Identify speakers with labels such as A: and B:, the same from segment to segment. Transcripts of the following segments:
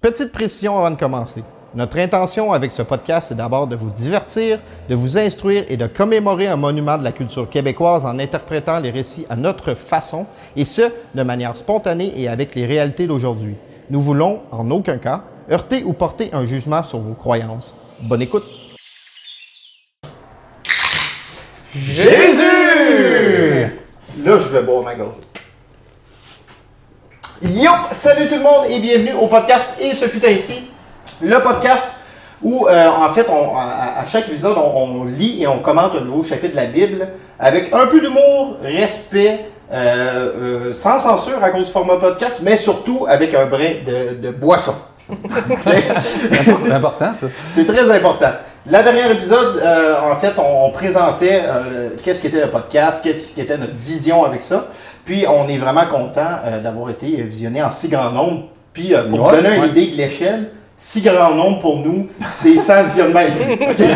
A: Petite précision avant de commencer. Notre intention avec ce podcast est d'abord de vous divertir, de vous instruire et de commémorer un monument de la culture québécoise en interprétant les récits à notre façon, et ce, de manière spontanée et avec les réalités d'aujourd'hui. Nous voulons, en aucun cas, heurter ou porter un jugement sur vos croyances. Bonne écoute!
B: Jésus!
A: Là, je vais boire ma gorge. Yo! Salut tout le monde et bienvenue au podcast Et ce fut ainsi. Le podcast où, euh, en fait, on- à, à chaque épisode, on, on lit et on commente un nouveau chapitre de la Bible avec un peu d'humour, respect, euh, euh, sans censure à cause du format podcast, mais surtout avec un brin de, de boisson.
B: C'est important, ça.
A: C'est très important. La dernière épisode, euh, en fait, on, on présentait euh, qu'est-ce qu'était le podcast, qu'est-ce qu'était notre vision avec ça. Puis on est vraiment content euh, d'avoir été visionné en si grand nombre. Puis euh, pour vous
B: Ouais,
A: donner une
B: ouais.
A: idée de l'échelle, si grand nombre pour nous, c'est 100 visionnements. euh, et vues. Ok.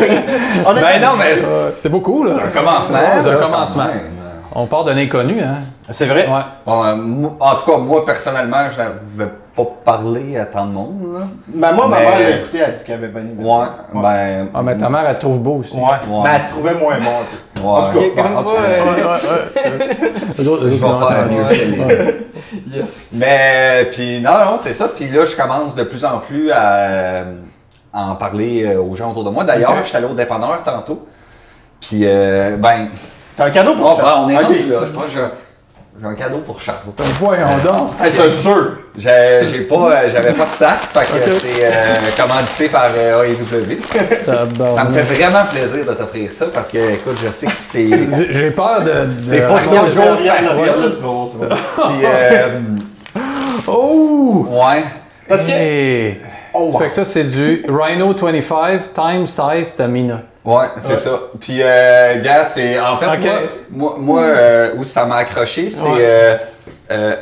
A: On a-
B: Ben non, mais c'est
C: C'est beaucoup, là.
B: un commencement. C'est un
C: là,
B: commencement.
C: quand même.
B: On part d'un inconnu, hein.
A: C'est vrai.
B: Ouais.
C: Bon, euh, moi- en tout cas, moi, personnellement, je n'avais pas parlé à tant de monde, là.
A: Ma moi, ma
C: Mais-
A: mère l'a écouté, elle a dit qu'elle avait banni. mais
C: Ouais,
A: ça-
C: ben...
B: Ah, mais ta mère, elle te trouve beau aussi.
A: Ouais. Mais elle trouvait moins bon.
C: ouais.
A: En tout cas, bon, en tout cas.
B: ouais, ouais. Les autres-
C: Je
B: les
C: vais
B: autres l'ont
C: faire
B: entendu.
C: mieux.
A: Yes.
C: Mais, puis non, non, c'est ça. Puis là, je commence de plus en plus à, à en parler euh, aux gens autour de moi. D'ailleurs,
B: Ok.
C: je suis allé au dépanneur tantôt. Puis, euh, ben...
A: T'as un cadeau pour
C: oh,
A: ça.
C: ben, on est
A: Ok.
C: rendu là. Je pense que j'ai un- j'ai un cadeau pour Charles.
B: Voyons donc.
C: Hey, c'est un jeu. J'ai j'ai pas, euh, j'avais pas de sac, fait que
B: Ok.
C: c'est euh, commandité par euh, AEW. Ça me
B: Tabarnak.
C: fait vraiment plaisir de t'offrir ça parce que, écoute, je sais que c'est. Puis,
B: J'ai j'ai peur de. de-
C: C'est pas-
A: Regarde, je vais-
C: Bonjour,
A: regarde,
C: facile.
A: regarde, là, tu vas voir, tu vas voir.
C: euh,
B: Oh!
C: ouais.
A: Parce que.
B: Hey.
A: Oh, wow.
B: Fait que ça, c'est du Rhino 25 Time Size Stamina.
C: Ouais, c'est ça. Puis, euh, gars, c'est. En fait,
B: Ok.
C: moi, moi, moi, euh, où ça m'a accroché, c'est
B: Ouais.
C: euh, euh,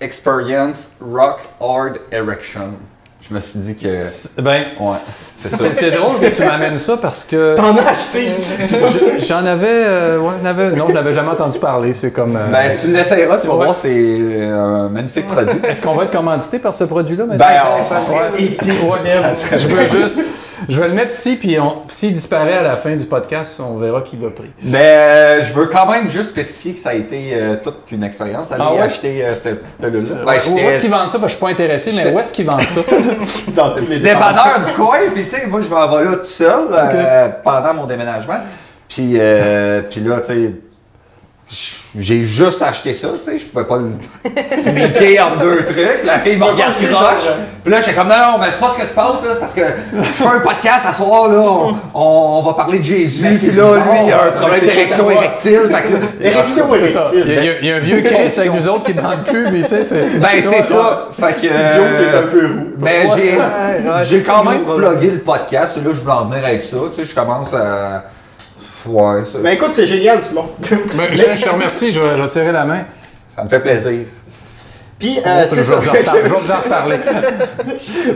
C: Experience Rock Hard Erection. Je me suis dit que.
B: C'est- Ben,
C: Ouais, c'est ça.
B: c'est c'est drôle que tu m'amènes ça parce que.
A: T'en as acheté!
B: Je- J'en avais, euh, ouais, j'en avais- non, je n'avais jamais entendu parler. C'est comme. euh,
C: Ben, tu l'essayeras, tu vas
B: Ouais.
C: voir, c'est euh, un magnifique produit.
B: Est-ce qu'on va être commandité par ce produit-là maintenant?
C: Ben,
A: ça,
C: on-
A: ça, c'est
B: ouais.
A: épique.
B: Ouais, je veux juste. Je vais le mettre ici, puis on- s'il disparaît à la fin du podcast, on verra qui l'a pris.
C: Mais euh, je veux quand même juste spécifier que ça a été euh, toute une expérience. Aller
B: Ah ouais?
C: acheter euh, cette petite
B: Ouais,
C: pelule-là. Ben,
B: où est-ce
C: j'étais
B: qu'ils vendent ça? Parce que je suis pas intéressé, mais
C: J'étais-
B: où est-ce qu'ils vendent ça?
A: Dans tous les
C: dépanneur du coin, puis tu sais, moi je m'en vais là tout seul euh, pendant mon déménagement. Puis, euh, puis là, tu sais, j'ai juste acheté ça, tu sais, je pouvais pas le sneaker entre deux trucs. La fille me regarde
A: pas
C: croche.
A: acheter,
C: Puis là, j'étais comme, non, non, mais c'est pas ce que tu penses, là, c'est parce que je fais un podcast à soir, là, on, on- on va parler de Jésus,
A: Mais c'est
C: puis là,
A: bizarre,
C: lui, il a un
A: mais
C: problème
A: c'est
C: d'érection
A: chaque soir.
C: érectile. Fait que là,
A: Érection
B: C'est ça. Il y, a- il
A: érectile.
B: y a- il y a un vieux Chris avec nous autres qui demande plus, mais tu sais, c'est.
C: Ben, c'est ça. Fait
A: Joe
C: que.
A: qui est un
C: euh,
A: peu roux.
C: Mais
B: Ouais,
C: j'ai,
B: ouais, ouais,
C: j'ai
B: c'est
C: quand
B: le
C: même
B: gros
C: plugué le podcast. Là, je voulais en venir avec ça. Tu sais, je commence à. Ouais, ça,
A: Mais écoute, c'est génial, Simon.
B: Ben, je, je te remercie, je vais, je vais tirer la main.
C: ça me fait plaisir.
A: Puis, euh,
B: Je
A: c'est
B: vais vous en
A: ça.
B: reparler. je vais vous en reparler.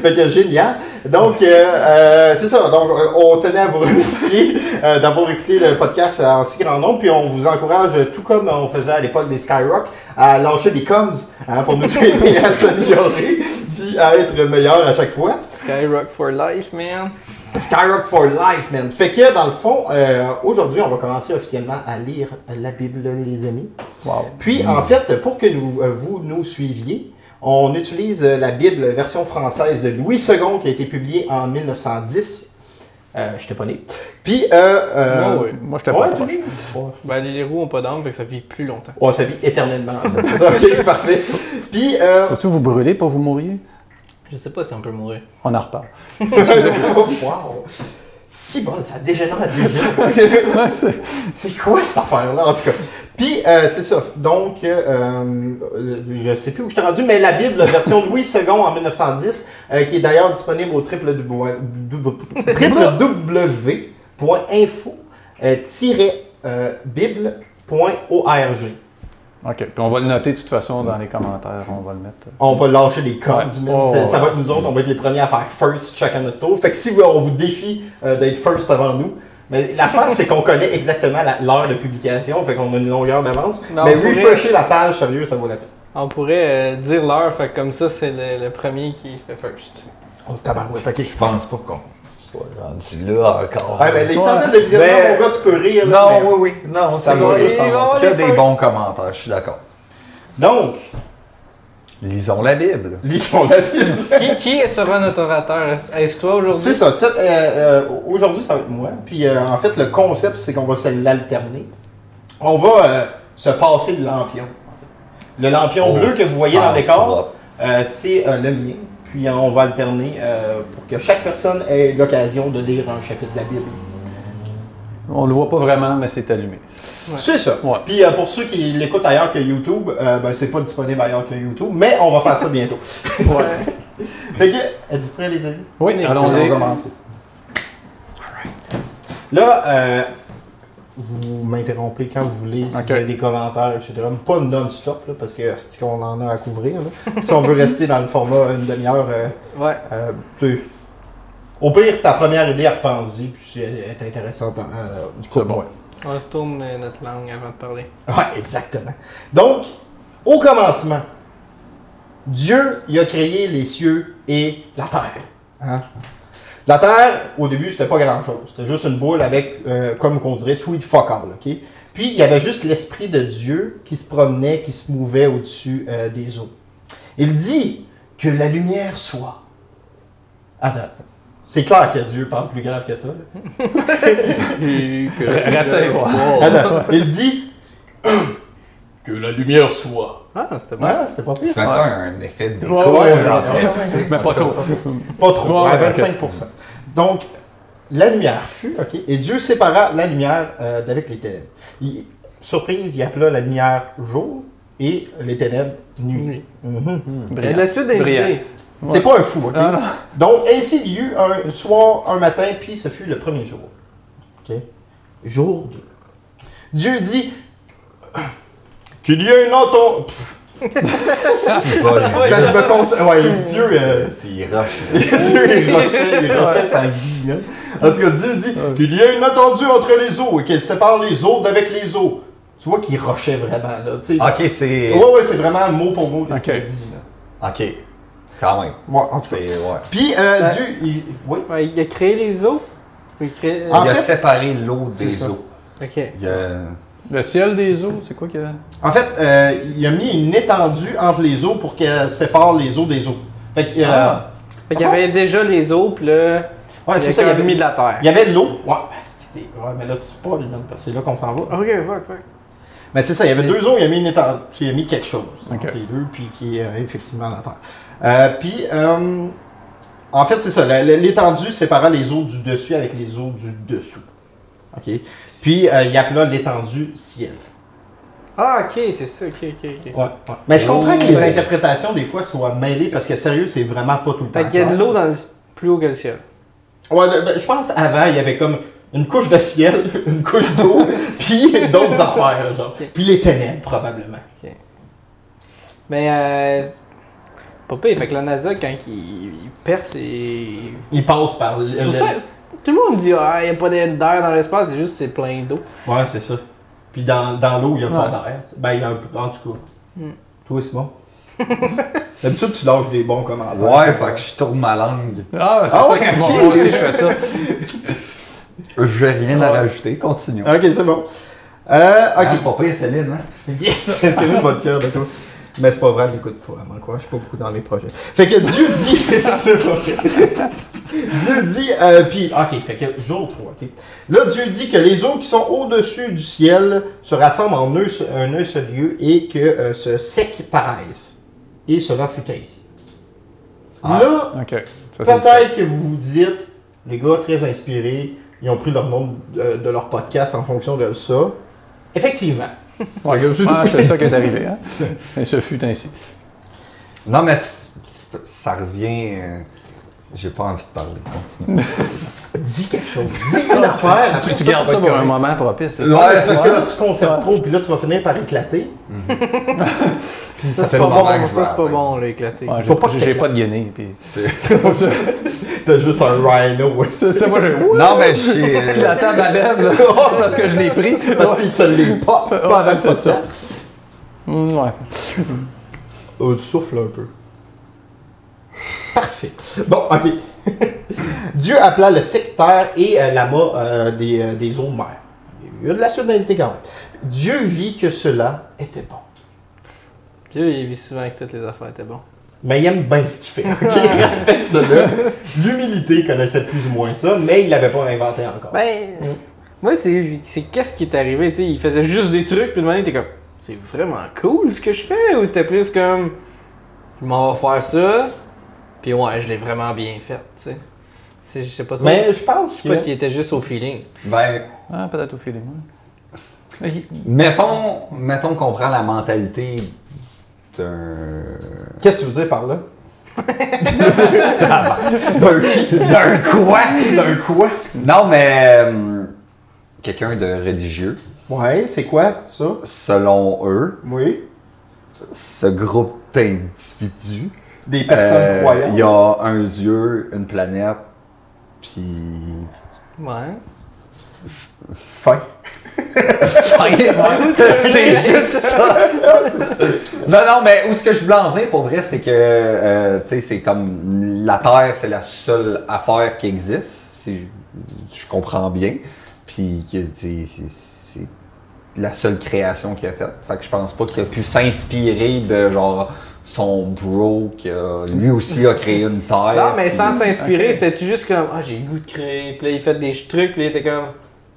A: Fait que génial. Donc, euh, euh, c'est ça. Donc, euh, on tenait à vous remercier euh, d'avoir écouté le podcast en si grand nombre. Puis, on vous encourage, euh, tout comme on faisait à l'époque des Skyrock, à lâcher des cons hein, pour nous aider à s'améliorer puis à être meilleur à chaque fois.
D: Skyrock for life, man.
A: Skyrock for life, man. Fait que dans le fond, euh, aujourd'hui, on va commencer officiellement à lire la Bible, les amis. Puis, en fait, pour que nous, euh, vous nous suiviez, on utilise euh, la Bible version française de Louis II qui a été publiée en 1910. Euh, je t'ai pas né. Puis, euh, euh,
D: Moi, oui.
B: Moi, je te parle.
A: ouais, t'es né. Ouais.
D: Ben, les roues ont pas d'âme, fait que ça vit plus longtemps.
A: Ouais, ça vit éternellement. en fait. C'est ça, ok, parfait. Puis, euh,
B: Faut-tu vous brûler pour vous mourir?
D: Je sais pas si on peut mourir.
B: On en reparle.
A: wow. Si bon, ça dégénère déjà. C'est quoi cette affaire-là, en tout cas? Puis, euh, c'est ça. Donc, euh, euh, je sais plus où je t'ai rendu, mais la Bible, version Louis II en 1910, euh, qui est d'ailleurs disponible au euh, www.info-bible.org.
B: OK. Puis on va le noter de toute façon dans les commentaires. On va le mettre.
A: On va lâcher les codes,
B: Ouais.
A: man.
B: Oh,
A: ça, ça
B: ouais.
A: va être nous autres, on va être les premiers à faire first chacun notre tour. Fait que si vous- on vous défie euh, d'être first avant nous, mais l'affaire c'est qu'on connaît exactement la- l'heure de publication, fait qu'on a une longueur d'avance.
D: Non,
A: mais
D: on pourrait-
A: refresher la page, sérieux, ça vaut la peine.
D: On pourrait euh, dire l'heure, fait que comme ça, c'est le, le premier qui fait first.
E: Oh, tabarouette, ok.
C: Je pense pas qu'on soit rendu là encore.
E: Ouais, ben, les centaines de visionnements,
C: Ben,
E: mon gars, tu peux rire. là,
C: Non,
E: mais-
C: oui, oui. Non, ça
E: va
C: va
E: juste
C: juste
E: en
C: en
E: rond.
C: Que des bons commentaires, je suis d'accord.
E: Donc,
C: Lisons la Bible.
E: lisons la Bible.
D: qui, qui sera notre orateur? Est-ce- Est-ce toi aujourd'hui?
A: C'est ça. c'est- euh, euh, Aujourd'hui, ça va être moi. Puis euh, en fait, le concept, c'est qu'on va se l'alterner. On va euh, se passer le lampion. Le lampion
C: Oh,
A: bleu que vous voyez dans le
C: sens
A: décor,
C: propre.
A: euh, c'est euh, le mien. Puis euh, on va alterner euh, pour que chaque personne ait l'occasion de lire un chapitre de la Bible.
B: On le voit pas vraiment, mais c'est allumé.
A: C'est ça.
B: Ouais.
A: Puis euh, pour ceux qui l'écoutent ailleurs que YouTube, euh, ben, c'est pas disponible ailleurs que YouTube, mais on va faire ça bientôt.
B: Ouais.
A: Fait que, êtes-vous prêts, les amis?
B: Oui,
A: On
B: allons-y.
A: va commencer. Là, euh, vous m'interrompez quand vous voulez, si
B: Ok.
A: vous avez des commentaires, etc. Pas non-stop, là, parce que c'est qu'on en a à couvrir. là. si on veut rester dans le format une demi-heure, euh,
D: Ouais.
A: euh, tu sais, Au pire, ta première idée, repense-y, puis si elle est intéressante, euh, coupe-moi.
D: On retourne euh, notre langue avant de parler.
A: Ouais, exactement. Donc, au commencement, Dieu il a créé les cieux et la terre. hein. La terre, au début, c'était pas grand-chose. C'était juste une boule avec, euh, comme on dirait, sweet fuck all. ok? Puis, il y avait juste l'esprit de Dieu qui se promenait, qui se mouvait au-dessus euh, des eaux. Il dit que la lumière soit. Attends. C'est clair que Dieu parle plus grave que ça. là.
E: Oh.
B: Rassez-moi.
A: Attends. Il dit.
E: Que la lumière soit.
D: Ah, c'était bon.
A: Ah, c'était pas pire.
C: Tu vas faire un effet de
B: Ouais,
A: Ouais,
B: ouais,
A: genre,
B: ouais. Mais pas trop.
A: Pas trop,
B: Ouais,
A: à
B: ouais,
A: 25 Donc, la lumière fut, OK, et Dieu sépara la lumière euh, d'avec les ténèbres. Il- surprise, il appela la lumière jour et les ténèbres nuit.
D: Nuit.
A: Mhm.
D: Il y a de la suite des
B: Brillant.
D: idées.
A: C'est pas un fou, OK?
B: Ah, Non, non.
A: Donc, ainsi, il y eut un soir, un matin, puis ce fut le premier jour. OK? Jour 2. Dieu dit qu'il y ait un autre... Pff,
C: si bas.
A: là, je me concentre. Ouais, Dieu... euh,
C: Il rush.
A: Dieu est rochait, il rochait sa vie. hein. En tout cas, Dieu dit qu'il y a une attendue entre les eaux et qu'elle sépare les eaux d'avec les eaux. Tu vois qu'il rochait vraiment, là. tu sais.
C: Ok, c'est.
A: Ouais, ouais, c'est vraiment mot pour mot qu'est-ce
B: Ok.
A: qu'il dit. là.
C: Ok. Quand même.
A: Ouais, en tout cas.
C: C'est. Ouais.
A: Puis, euh,
D: Ouais.
A: Dieu, il... oui.
D: Ouais, il a créé les eaux. Il crée...
A: En
C: il
A: fait,
C: a séparé l'eau des
A: ça.
C: eaux.
D: euh, Ok.
C: Il a-
B: Le ciel des eaux, c'est quoi qu'il y a? Ah,
A: En fait, euh, il a mis une étendue entre les eaux pour qu'elle sépare les eaux des eaux. Fait que, euh,
B: Ah.
D: Fait qu'il y avait déjà les eaux, puis là,
A: ouais,
D: il
A: c'est
D: a
A: ça. Il y
D: comme mis
A: avait,
D: de la terre.
A: il y avait l'eau. Ouais, c'est- ouais, mais là, c'est pas, là, parce que c'est là qu'on s'en va.
D: Ok, fuck, fuck.
A: Mais c'est ça, il y avait
D: Mais
A: deux eaux, il a mis, une étendue, il a mis quelque chose entre
B: Ok.
A: les deux, puis qui est euh, effectivement la terre. Euh, puis, euh, en fait, c'est ça, la- la- l'étendue séparait les eaux du dessus avec les eaux du dessous. OK? Puis, euh, il appela l'étendue ciel.
D: Ah, ok, c'est ça, ok, ok, ok.
A: Ouais, ouais. Mais je comprends que les
D: Ouais.
A: interprétations, des fois, soient mêlées, parce que sérieux, c'est vraiment pas tout le temps.
D: Fait qu'il y a de
A: clair.
D: l'eau dans le... plus haut que le ciel.
A: Ouais, ben, ben, je pense avant, il y avait comme une couche de ciel, une couche d'eau, puis d'autres affaires, genre. Puis les ténèbres, probablement.
D: Mais, euh, pas pire. Fait que la NASA, quand il, il perce, il...
A: Ils passent par. le-
D: Pour
A: le-
D: ça, tout le monde dit, ah, il n'y a pas d'air dans l'espace, c'est juste c'est plein d'eau.
A: Ouais, c'est ça. Puis dans, dans l'eau, il n'y a pas
B: Ouais.
A: d'air. t'sais. Ben, il y a un peu. En tout cas.
D: Mm.
A: Toi, Simon. D'habitude, tu lâches des bons commentaires.
C: Ouais, fait que je tourne ma langue.
B: Ah, c'est
A: Ah
B: ça
A: ouais,
B: que tu
A: ok.
B: vois. Moi aussi, je fais ça.
C: J'ai rien à rajouter. Continuons.
A: Ok, c'est bon. Euh,
C: Hein,
A: ok.
C: pas pire, Céline, hein?
A: Yes! c'est une bonne fière de toi. Mais c'est pas vrai, elle l'écoute pas. Elle m'encourage pas beaucoup dans mes projets. Fait que Dieu dit. c'est pas vrai. Dieu dit. euh, puis, ok, fait que jour 3, ok. Là, Dieu dit que les eaux qui sont au-dessus du ciel se rassemblent en eux- un œil seul lieu et que euh, se sec paraissent. Et cela fut ainsi.
C: Ah.
A: Là,
B: Ok. Ça, c'est ça.
A: Peut-être que vous vous dites, les gars très inspirés, ils ont pris leur nom de, de leur podcast en fonction de ça. Effectivement.
B: Ouais,
A: C'est tout.
B: ouais, Ah, c'est ça qui est arrivé. Hein? Et ce fut ainsi.
C: Non, mais c- c- ça revient. euh, J'ai pas envie de parler. Continue.
A: Dis quelque chose. Dis une affaire. après
B: Ah, Tu, tu
A: ça,
B: gardes
A: va
B: ça
A: être
B: pour un
A: correct.
B: moment propice. c'est ça?
A: Ouais,
C: Ouais,
A: c'est parce
C: c'est
A: que
C: ça.
A: là, tu conserves trop, puis là, tu vas finir par éclater. puis ça
D: Ça, c'est
A: fait
D: pas
A: le moment
C: que
D: bon,
C: je
D: ça,
C: vais
D: c'est pas
C: arrêter.
D: bon, là, éclaté.
B: Ouais,
A: Faut
B: j'ai-
A: pas que
B: J'ai
A: t'éclates.
B: pas de Guinée. Puis...
A: que t'as juste un rhino.
B: C'est ça, moi, j'ai.
C: non, mais j'ai. euh,
B: Si la table à lèvres, là, Oh, parce que je l'ai pris.
A: Parce qu'il se l'est pas pendant le
B: c'est ça.
A: podcast.
B: Mm, ouais.
A: Oh, tu souffles un peu. Parfait. Bon, ok. Dieu appela le sectaire et euh, l'amas euh, des, euh, des eaux mères. Il y a de la surdité quand même. Dieu vit que cela était bon.
D: Dieu, il vit souvent avec toutes les affaires, t'es bon.
A: Mais il aime bien ce qu'il fait. ok? Respecte-le. L'humilité connaissait plus ou moins ça, mais il l'avait pas inventé encore.
D: Ben, moi, c'est c'est qu'est-ce qui est arrivé, tu sais. Il faisait juste des trucs, puis de manière, t'es comme, c'est vraiment cool ce que je fais, ou c'était plus comme, je m'en vais faire ça, puis ouais, je l'ai vraiment bien fait, tu sais. C'est- Je sais pas trop.
A: mais je pense que.
D: je sais pas s'il était juste au feeling.
C: Ben,
B: Ah, peut-être au feeling. ouais. Ok.
C: mettons, mettons qu'on prend la mentalité d'un.
A: Qu'est-ce que tu veux dire par là?
C: D'un qui D'un quoi D'un quoi Non, mais. euh, Quelqu'un de religieux,
A: Ouais, c'est quoi ça?
C: selon eux,
A: Oui.
C: ce groupe d'individus.
A: Des personnes
C: euh,
A: croyantes.
C: Il y a un dieu, une planète, puis.
D: Ouais.
A: Fin.
C: c'est juste ça. non, non, mais où ce que je voulais en venir pour vrai, c'est que, euh, tu sais, c'est comme la Terre, c'est la seule affaire qui existe, si je, je comprends bien. Puis que, tu sais, c'est c'est la seule création qu'il a faite. Fait que je pense pas qu'il a pu s'inspirer de genre son bro qui a- lui aussi a créé une Terre.
A: Ah,
D: Non, mais sans
C: puis-
D: s'inspirer, c'était-tu juste comme Ah, j'ai le goût de créer. Puis là, il fait des trucs, puis il était comme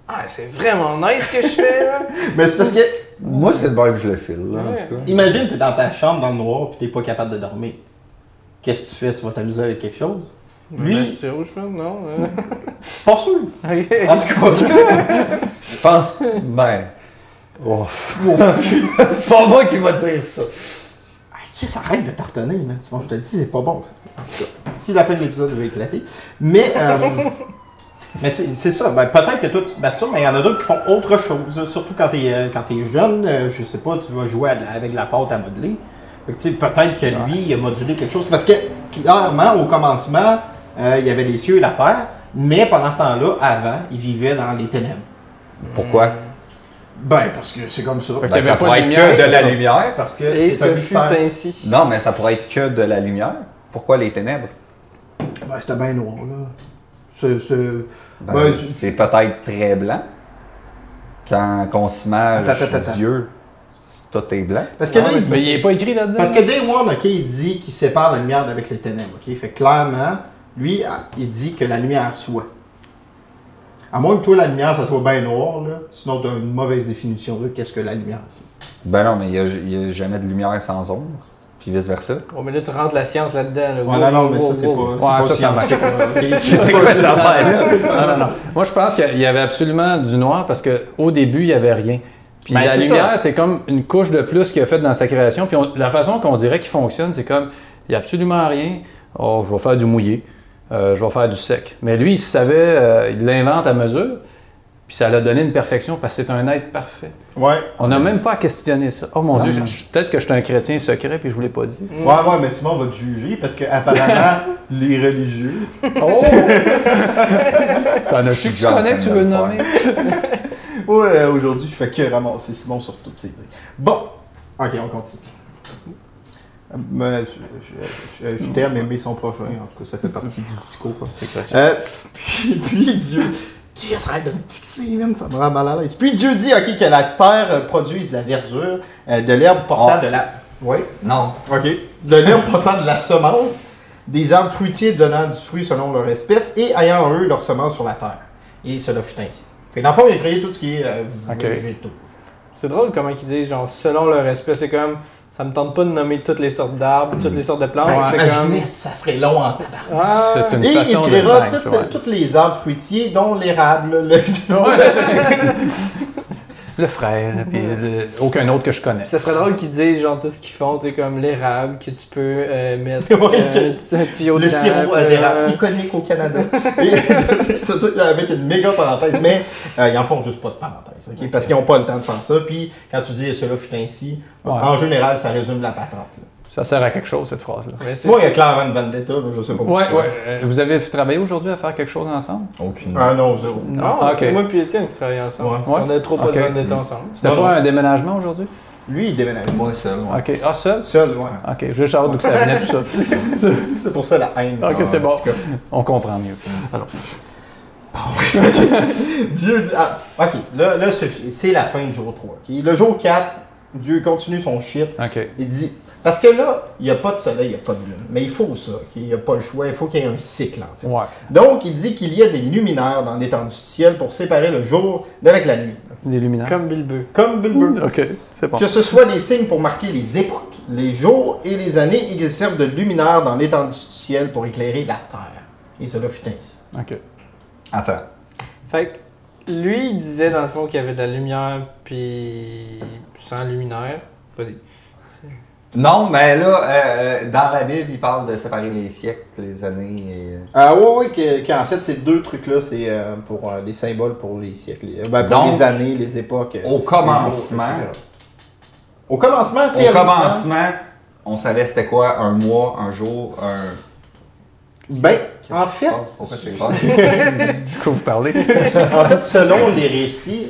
D: Ah, c'est vraiment nice ce que je fais, hein. là.
A: Mais c'est parce que,
C: Moi, c'est le bar que je le file, là,
D: Ouais.
C: en tout cas.
A: imagine, t'es dans ta chambre dans le noir, puis t'es pas capable de dormir. Qu'est-ce que tu fais? Tu vas t'amuser avec quelque chose? Lui-
D: Mais C'est rouge, je pense, non? euh.
A: Pas sûr.
B: Ah,
A: En tout cas,
C: Je pense. Ben. Oh. c'est pas moi qui va dire ça.
A: Ah, Chris, arrête de tartonner, man. C'est bon, je te dis, c'est pas bon. ça. En tout cas, si la fin de l'épisode va éclater. Mais, euh, mais c'est c'est ça. Ben, Peut-être que toi, tu te masturbes, mais il y en a d'autres qui font autre chose. Surtout quand t'es euh, quand t'es jeune, euh, je sais pas, tu vas jouer à de la- avec la pâte à modeler. Fait que, tu sais, Peut-être que lui, il a modulé quelque chose. Parce que, clairement, au commencement, euh, il y avait les cieux et la terre. Mais pendant ce temps-là, avant, il vivait dans les ténèbres.
C: Pourquoi?
A: Ben, parce que c'est comme ça.
B: Fait qu'il y avait pas de
C: être
B: lumière,
C: que de la
B: c'est ça.
C: lumière.
A: Parce que
D: Et
A: c'est un
D: ce fut
A: mystère.
D: ainsi.
C: Non, mais ça pourrait être que de la lumière. Pourquoi les ténèbres?
A: Ben, c'était bien noir, là. C'est. c'est-
C: Ben,
A: ben, c'est-
C: c'est peut-être très blanc. Quand on s'image
A: Attends, attends, attends.
C: Dieu, c'est- tout est blanc.
A: parce que là, il
B: Mais
A: dit-
B: il est pas écrit là-dedans.
A: Parce que Day One, OK, il dit qu'il sépare la lumière avec les ténèbres, OK? Fait que clairement, lui, a- il dit que la lumière soit. À moins que toi, la lumière, ça soit bien noir, là. Sinon, t'as une mauvaise définition de qu'est-ce que la lumière, c'est.
C: Ben non, mais il n'y a, jamais de lumière sans ombre. Puis vice-versa.
D: Oh, mais là, tu rentres la science là-dedans. Là.
A: Ouais,
D: Wow,
A: non, non, mais
D: wow,
A: ça, c'est
D: wow.
A: pas,
B: Ouais, ça,
A: c'est
B: ça
A: pas
B: marche.
A: scientifique, là, OK?
B: Non,
C: ça
B: non, non. Moi, je pense qu'il y avait absolument du noir parce qu'au début, il n'y avait rien. Puis
A: Ben,
B: la
A: c'est
B: lumière, c'est comme une couche de plus qu'il a faite dans sa création. Puis on- la façon qu'on dirait qu'il fonctionne, c'est comme il n'y a absolument rien. Oh, je vais faire du mouillé. Euh, je vais faire du sec. Mais lui, il savait, euh, il l'invente à mesure. Puis ça l'a donné une perfection parce que c'est un être parfait.
A: Ouais.
B: On n'a même pas à questionner ça. Oh mon
C: Non,
B: Dieu, je-
C: non.
B: je- peut-être que je suis un chrétien secret puis je vous l'ai pas dit.
A: Ouais, ouais, mais Simon va te juger parce que apparemment les religieux.
B: Oh! T'en as-tu que tu
C: J'en
B: connais que tu veux
C: train de
B: nommer?
C: le
A: Ouais, aujourd'hui, je fais que ramasser Simon sur toutes ses idées. Bon, ok, on continue. Euh, mais je je- je- je t'aime aimer son prochain, en tout cas, ça fait partie du discours. quoi. Euh, puis, puis Dieu. Qui arrête de me fixer, man, ça me rend mal à l'aise. Puis Dieu dit, ok, que la terre euh, produise de la verdure, euh, de l'herbe portant
C: Ah.
A: de la. Oui,
C: Non.
A: ok. De l'herbe portant de la semence, des arbres fruitiers donnant du fruit selon leur espèce et ayant en eux leur semence sur la terre. Et cela fut ainsi. Fait que dans le fond, il a créé tout ce qui est euh,
B: Ok.
A: végétaux.
D: C'est drôle comment ils disent, genre, selon leur respect, c'est comme ça me tente pas de nommer toutes les sortes d'arbres, toutes les sortes de plantes.
A: Ben,
D: c'est
A: t'imaginais,
D: comme.
A: ça serait long en tabac.
D: Ah,
B: C'est une
A: Et il euh,
B: façon de
A: créera
B: le
A: toutes-
B: faire, ouais.
A: toutes les arbres fruitiers, dont l'érable. Le...
B: Le frère, puis le- aucun autre que je connais.
D: Ça serait drôle qu'ils disent genre tout ce qu'ils font, tu sais, comme l'érable que tu peux euh, mettre
A: Ouais,
D: euh, tu- un tuyau
A: Le
D: dedans,
A: sirop
D: puis,
A: euh,
D: euh,
A: d'érable, iconique au Canada. Et- C'est ça, avec une méga parenthèse, mais euh, ils en font juste pas de parenthèse, ok? parce qu'ils n'ont pas le temps de faire ça. Puis quand tu dis cela fut ainsi,
B: Ouais.
A: en général, ça résume la patente.
B: Ça sert à quelque chose, cette phrase-là.
D: mais c'est-
A: Tu vois, il y a Clarence Vendetta, là, je sais pas.
B: Ouais,
A: pourquoi.
B: ouais. Euh, Vous avez travaillé aujourd'hui à faire quelque chose ensemble?
C: Aucune.
A: Ah non, zéro.
D: Non,
B: Ah, ok.
D: c'est moi puis Étienne qui travaillons ensemble.
A: Ouais.
D: On a trop pas
B: Ok.
D: de temps ensemble.
B: C'était
A: Non,
B: pas un déménagement aujourd'hui?
A: Lui, il déménage.
C: Moi seul, ouais.
B: Ok, ah, ça?
A: Seul, ouais.
B: Ok, je savoir d'où ça venait, tout ça.
A: C'est pour ça la haine.
B: Ok,
A: Ah,
B: c'est bon.
A: en tout cas.
B: On comprend mieux.
A: Dieu dit. Ah, ok, là, là c'est c'est la fin du jour 3. ok? Le jour 4, Dieu continue son shit.
B: Ok.
A: Il dit. Parce que là, il n'y a pas de soleil, il n'y a pas de lune. Mais il faut ça. ok? Il n'y a pas le choix. Il faut qu'il y ait un cycle, en fait.
B: Ouais.
A: Donc, il dit qu'il y a des luminaires dans l'étendue du ciel pour séparer le jour d'avec la nuit.
B: Des luminaires.
D: Comme Bilbo.
A: Comme Bilbo.
B: Ok, c'est bon.
A: Que ce soit des signes pour marquer les époques, les jours et les années, et qu'ils servent de luminaires dans l'étendue du ciel pour éclairer la terre. Et cela fut ainsi.
B: Ok.
C: Attends.
D: Fait que lui, il disait dans le fond qu'il y avait de la lumière, puis sans luminaire. Vas-y.
C: Non, mais là, euh, euh, dans la Bible, il parle de séparer les siècles, les années et. euh,
A: Ah oui, oui, que- qu'en fait, ces deux trucs-là, c'est euh, pour euh, les symboles pour les siècles. Euh, ben, pour
C: Donc,
A: les années, les époques. euh,
C: au
A: les
C: commencement.
A: jours, etc. au commencement,
C: Au
A: théoriquement,
C: commencement, on savait c'était quoi un mois, un jour, un.
A: Ben,
C: Qu'est-ce
A: en
C: qui se
A: fait,
C: passe? Pourquoi c'est pas?
B: De quoi vous parlez?
A: en fait, selon les récits,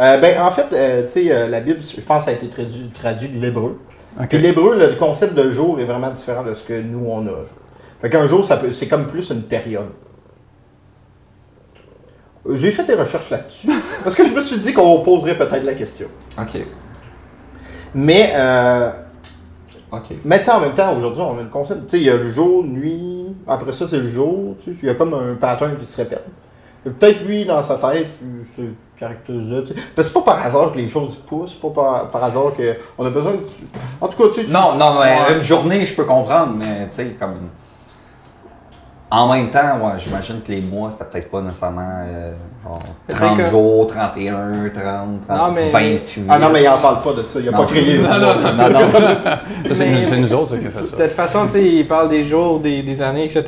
A: euh, ben, en fait, euh, tu sais, euh, la Bible, je pense, a été traduit, traduit de l'hébreu.
B: Ok.
A: Puis l'hébreu, le concept de jour est vraiment différent de ce que nous, on a. Fait qu'un jour, ça peut, c'est comme plus une période. Euh, J'ai fait des recherches là-dessus. Parce que je me suis dit qu'on poserait peut-être la question.
C: Ok,
A: Mais, euh,
C: ok.
A: mais tu sais, en même temps, aujourd'hui, on a le concept. Tu sais, il y a le jour, nuit, après ça, c'est le jour. Tu sais, il y a comme un pattern qui se répète. Et Peut-être lui, dans sa tête, il se caractérise. tu sais. Parce que c'est pas par hasard que les choses poussent, pas par, par hasard qu'on a besoin que tu- En tout cas, tu sais. tu-
C: Non, non, mais
A: Ouais.
C: une journée, je peux comprendre, mais tu sais, comme. En même temps, ouais, j'imagine que les mois, c'était peut-être pas nécessairement euh, genre
D: Mais c'est
C: 30
D: que-
C: jours, 31, 30, 30
D: Non, mais-
C: 28.
A: Ah non, mais il en parle pas de ça. Il a
C: Non,
A: pas créé.
C: c'est-
A: le
C: non,
A: jour.
C: non, non.
B: Ça, c'est nous, c'est nous autres ça, qui a fait ça.
D: De toute façon, tu sais, il parle des jours, des, des années, etc.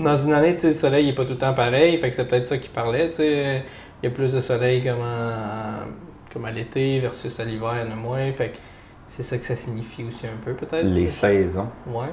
D: Dans une année, tu sais, le soleil n'est pas tout le temps pareil, fait que c'est peut-être ça qu'il parlait, tu sais. Il y a plus de soleil comme, en- comme à l'été versus à l'hiver, il y en a moins, fait que c'est ça que ça signifie aussi un peu, peut-être.
C: Les saisons.
D: Ouais.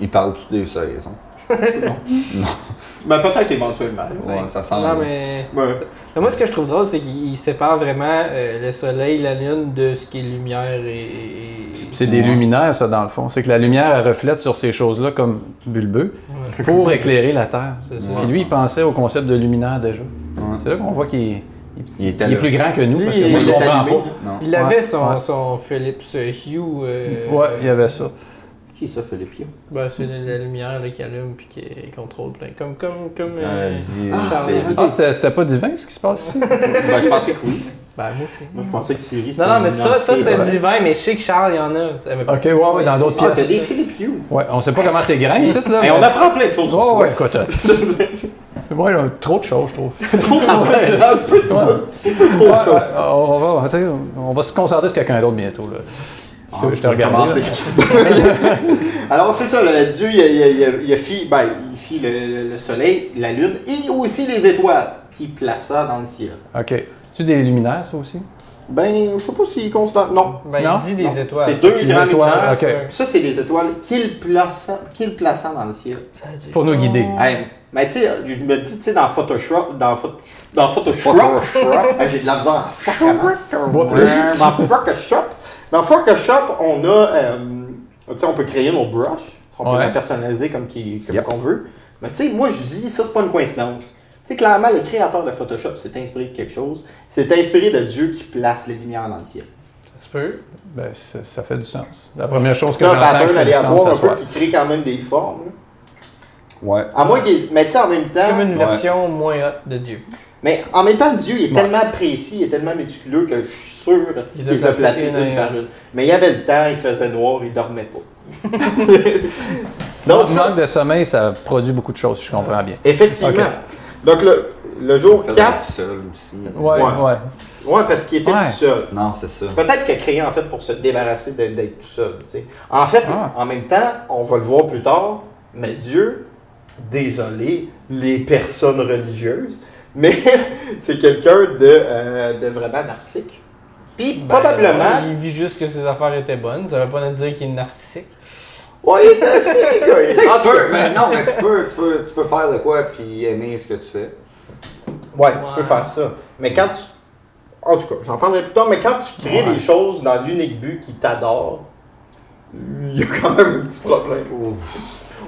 C: Ils parlent-tu des saisons?
A: Mais peut-être éventuellement.
C: Ouais, ça semble.
D: Non, mais...
A: Ouais.
D: ça- mais Moi, ce que je trouve drôle, c'est qu'il il sépare vraiment euh, le soleil, la lune, de ce qui est lumière et... et-
B: C'est c'est des luminaires, ça, dans le fond. C'est que la lumière, elle reflète sur ces choses-là comme bulbeux
D: Ouais.
B: pour éclairer la Terre.
D: C'est ça.
B: Puis lui, il pensait au concept de luminaire déjà.
C: Ouais.
B: C'est là qu'on voit qu'il il-
C: Il était
B: il est
C: là.
B: plus grand que nous,
D: Lui,
B: parce que moi,
D: il
B: je
D: est
B: comprends
A: allumé,
B: pas.
C: Non.
D: Il avait
B: Ouais,
D: son,
B: ouais.
D: son Philips Hue... euh,
B: Ouais, il y avait ça.
F: Qui ça, Philippe Hugh?
D: Ben, c'est la, la lumière là, qui allume puis qui est- contrôle plein. Comme. comme, comme
C: Euh,
D: euh,
C: dis-
D: Charles.
C: c'est-
B: Ah, c'était c'était pas divin ce qui se passe ici?
F: Ben, je pensais que oui.
D: Ben, moi aussi.
A: Moi, je pensais que Siri.
D: Non,
A: c'était
D: non, mais
A: une
D: ça, ça
A: entité,
D: c'était
A: ouais.
D: divin, mais je sais que Charles, il y en a. Ça veut-
B: Ok, ouais, ouais, dans d'autres
F: Ah, t'as
B: pièces.
F: des Philippe Hugh.
B: Ouais, on sait pas comment c'est grand ici, là.
A: Hey,
B: mais-
A: on apprend plein de choses. sur
B: Oh,
A: toi.
B: ouais, écoute. Moi, il y a trop de choses, je trouve.
A: Trop d'affaires, un peu de- un petit peu trop de
B: Ouais,
A: choses.
B: ouais, on, va, tu sais, on va se concentrer sur quelqu'un d'autre bientôt. Là. Ah, Je te- je te regarde.
A: Ah, Commencer.
B: là.
A: Alors, c'est ça, le Dieu, il, a- il a- il a- il a fit, ben, il fit le, le- le soleil, la lune et aussi les étoiles qu'il plaça dans le ciel.
B: OK. C'est-tu des luminaires, ça aussi?
A: Ben, je sais pas s'il considère. Non.
D: Ben,
B: Non.
D: il dit des
A: Non.
D: étoiles.
A: C'est deux
B: Les
A: grands
B: étoiles,
A: luminaires.
B: ok.
A: Ça, c'est les étoiles qu'il plaça, qu'il plaça dans le ciel.
B: Pour nous guider.
A: Hey, mais tu sais, je me dis, tu sais, dans Photoshop, dans, Photo- dans Photoshop, hey, j'ai de la misère en sacrement. dans Photoshop, dans Photoshop, on a, euh, tu sais, on peut créer nos brushes, on peut
B: Ouais.
A: la personnaliser comme qui- comme qu'on
C: Yep.
A: veut. Mais tu sais, moi, je dis, ça, c'est pas une coïncidence. Tu sais, clairement, le créateur de Photoshop s'est inspiré de quelque chose. C'est inspiré de Dieu qui place les lumières dans le ciel.
D: Ça se peut.
B: Ben, ça, ça fait du sens. La première chose que
A: C'est un
B: j'entends qui
A: pattern
B: fait du sens,
A: aléatoire
B: ça
A: un peu
B: soit...
A: qui crée quand même des formes. là.
C: Ah, Ouais.
A: À moins qu'il. Mais tu sais, en même temps.
D: C'est comme une
C: Ouais.
D: version moins haute de Dieu.
A: Mais en même temps, Dieu il est tellement précis, il est tellement méticuleux que je suis sûr hostie,
D: Il
A: qu'il les
D: a
A: a placés
D: placé
A: une
D: une
A: par
D: à-
A: une. Mais il y avait le temps, il faisait noir, il dormait pas.
B: Donc,
A: Donc, ça,
B: manque de sommeil, ça produit beaucoup de choses, si je comprends bien.
A: effectivement.
B: Ok.
A: Donc, le, le jour
C: Faisait du
A: 4,
C: seul aussi.
B: Ouais,
A: Ouais.
B: ouais.
A: ouais, parce qu'il était
B: Ouais.
A: tout seul.
C: Non, c'est ça.
A: Peut-être qu'il a créé en fait pour se débarrasser de- d'être tout seul. tu sais. En fait,
B: Ah.
A: en même temps, on va le voir plus tard, mais Dieu, désolé, les personnes religieuses, mais c'est quelqu'un de, euh, de vraiment narcissique. Puis
D: Ben,
A: probablement
D: Il vit juste que ses affaires étaient bonnes. Ça veut pas nous dire qu'il est narcissique.
A: Ouais, il était assis, le gars.
C: Tu sais que
A: En
C: Ah, tu
A: tout
C: peux, mais non, mais tu peux, tu peux, tu peux faire de quoi puis aimer ce que tu fais.
A: cas, ouais, tu peux faire ça. Mais quand tu. En tout cas, j'en parlerai plus tard, mais quand tu crées des choses dans l'unique but qui t'adore, il y a quand même un petit problème.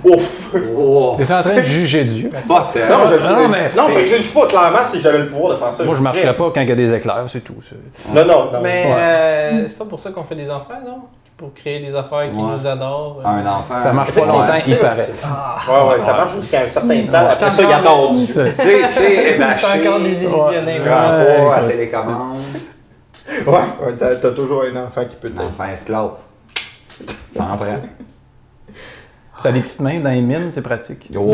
A: Ouf!
C: Oh,
B: T'es en train de juger Dieu.
A: Ben,
C: fuck, hein.
A: Non, je
B: non,
A: non,
B: mais-
A: non, je je juge pas clairement si j'avais le pouvoir de faire ça.
B: Moi, je
A: le
B: marcherais pas quand il y a des éclairs, c'est tout. c'est-
A: ferais. Non, non, non.
D: Mais
B: Ouais.
D: euh, c'est pas pour ça qu'on fait des affaires, non? Pour créer des affaires qui
C: Ouais. Ah,
D: nous adorent. euh.
C: Un enfant.
B: Ça marche pas
A: Effectivement,
B: longtemps,
A: c'est
B: il
A: vrai,
B: paraît.
A: c'est- ouais, Ah. ouais, ça marche jusqu'à un certain stade.
D: Ouais,
A: Après ça, il
D: t'entends,
A: adore
D: mais-
A: Dieu.
C: Tu sais, tu sais,
D: C'est
C: évaché,
D: encore des
C: Tu
D: illusionnaires.
C: te rends pas à la télécommande.
A: Ouais, ouais, t'as t'as toujours un enfant qui peut te.
C: Un enfant esclave. Ça en prend.
B: Ça a des petites mains dans les mines, c'est pratique.
C: Yo, où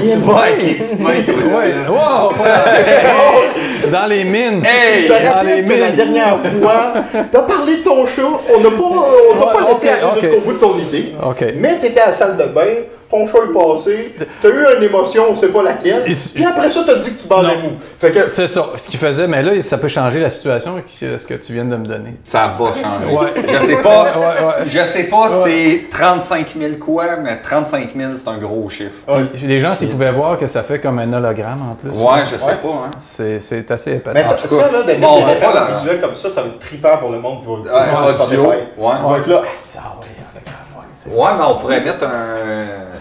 C: tu vas avec les petites mains, toi, là?
B: Ouais, wow! Hey! dans les mines!
A: Oh, Je
C: Hey!
A: te
B: Dans les
A: rappelle que la
B: mines.
A: dernière fois, t'as parlé de ton chat. On n'a pas, on t'a
B: Ouais,
A: pas laissé
B: ok,
A: aller
B: ok.
A: jusqu'au bout de ton idée.
B: Ok.
A: Mais t'étais à la salle de bain, ton chat est passé, t'as eu une émotion, on sait pas laquelle.
B: Il s-
A: Puis après ça, t'as dit que tu bandais
B: Non.
A: mou. Fait que
B: C'est ça, ce qu'il faisait, mais là, ça peut changer la situation, ce que tu viens de me donner.
C: Ça va changer.
B: Ouais.
C: Je sais pas.
B: Ouais, ouais, ouais.
C: Je sais pas, c'est 35 000 quoi, mais 35 000, c'est un gros chiffre.
B: Les gens, s'ils pouvaient voir que ça fait comme un hologramme en plus,
C: Ouais, je sais pas, hein.
B: c'est c'est assez épatant.
G: Ah,
A: Mais ça,
C: tout
A: ça,
C: cas,
A: là, de mettre
C: bon,
A: des
C: on va
A: références
C: voir, là.
A: visuelles comme ça, ça va être trippant pour le monde qui va
C: Ouais,
A: qui va sur
C: audio,
A: Spotify.
C: ouais.
A: Ils vont être là, ah, ça, ouais, ouais, c'est-
C: Ouais, mais on pourrait mettre un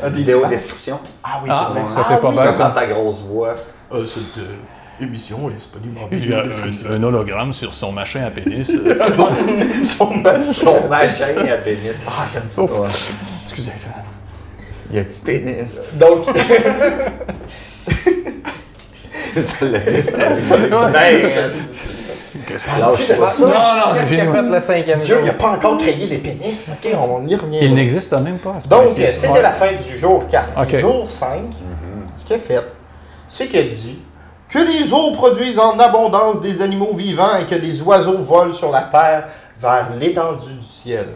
A: Ah, des
C: vidéo
A: images.
C: description.
A: Ah oui,
B: Ah,
A: c'est vrai.
B: ça, c'est pas
A: oui.
B: mal, ça.
C: J'entends ta grosse voix.
E: Euh, cette euh, émission est disponible en
G: Il y a
E: vidéo
G: un,
E: description.
G: euh, un hologramme sur son machin à pénis. euh.
A: Ils sont mal.
C: Son machin à pénis.
A: Ah, j'aime ça.
G: Excusez.
C: Il y a petit pénis.
A: Donc,
C: Ça l'a déstabilisé.
D: Bah,
A: ça,
B: non,
D: Qu'est-ce qu'il a fait le cinquième
A: Dieu,
D: jour?
A: il n'a pas encore créé les pénis. OK, on y revient.
B: Il n'existe même pas. à ce
A: Donc,
B: point-ci.
A: euh, c'était
B: Ouais.
A: la fin du jour 4.
B: Ok.
A: Le jour 5,
C: Mhm.
A: ce qu'il a fait, c'est qu'il a dit que les eaux produisent en abondance des animaux vivants et que les oiseaux volent sur la terre vers l'étendue du ciel.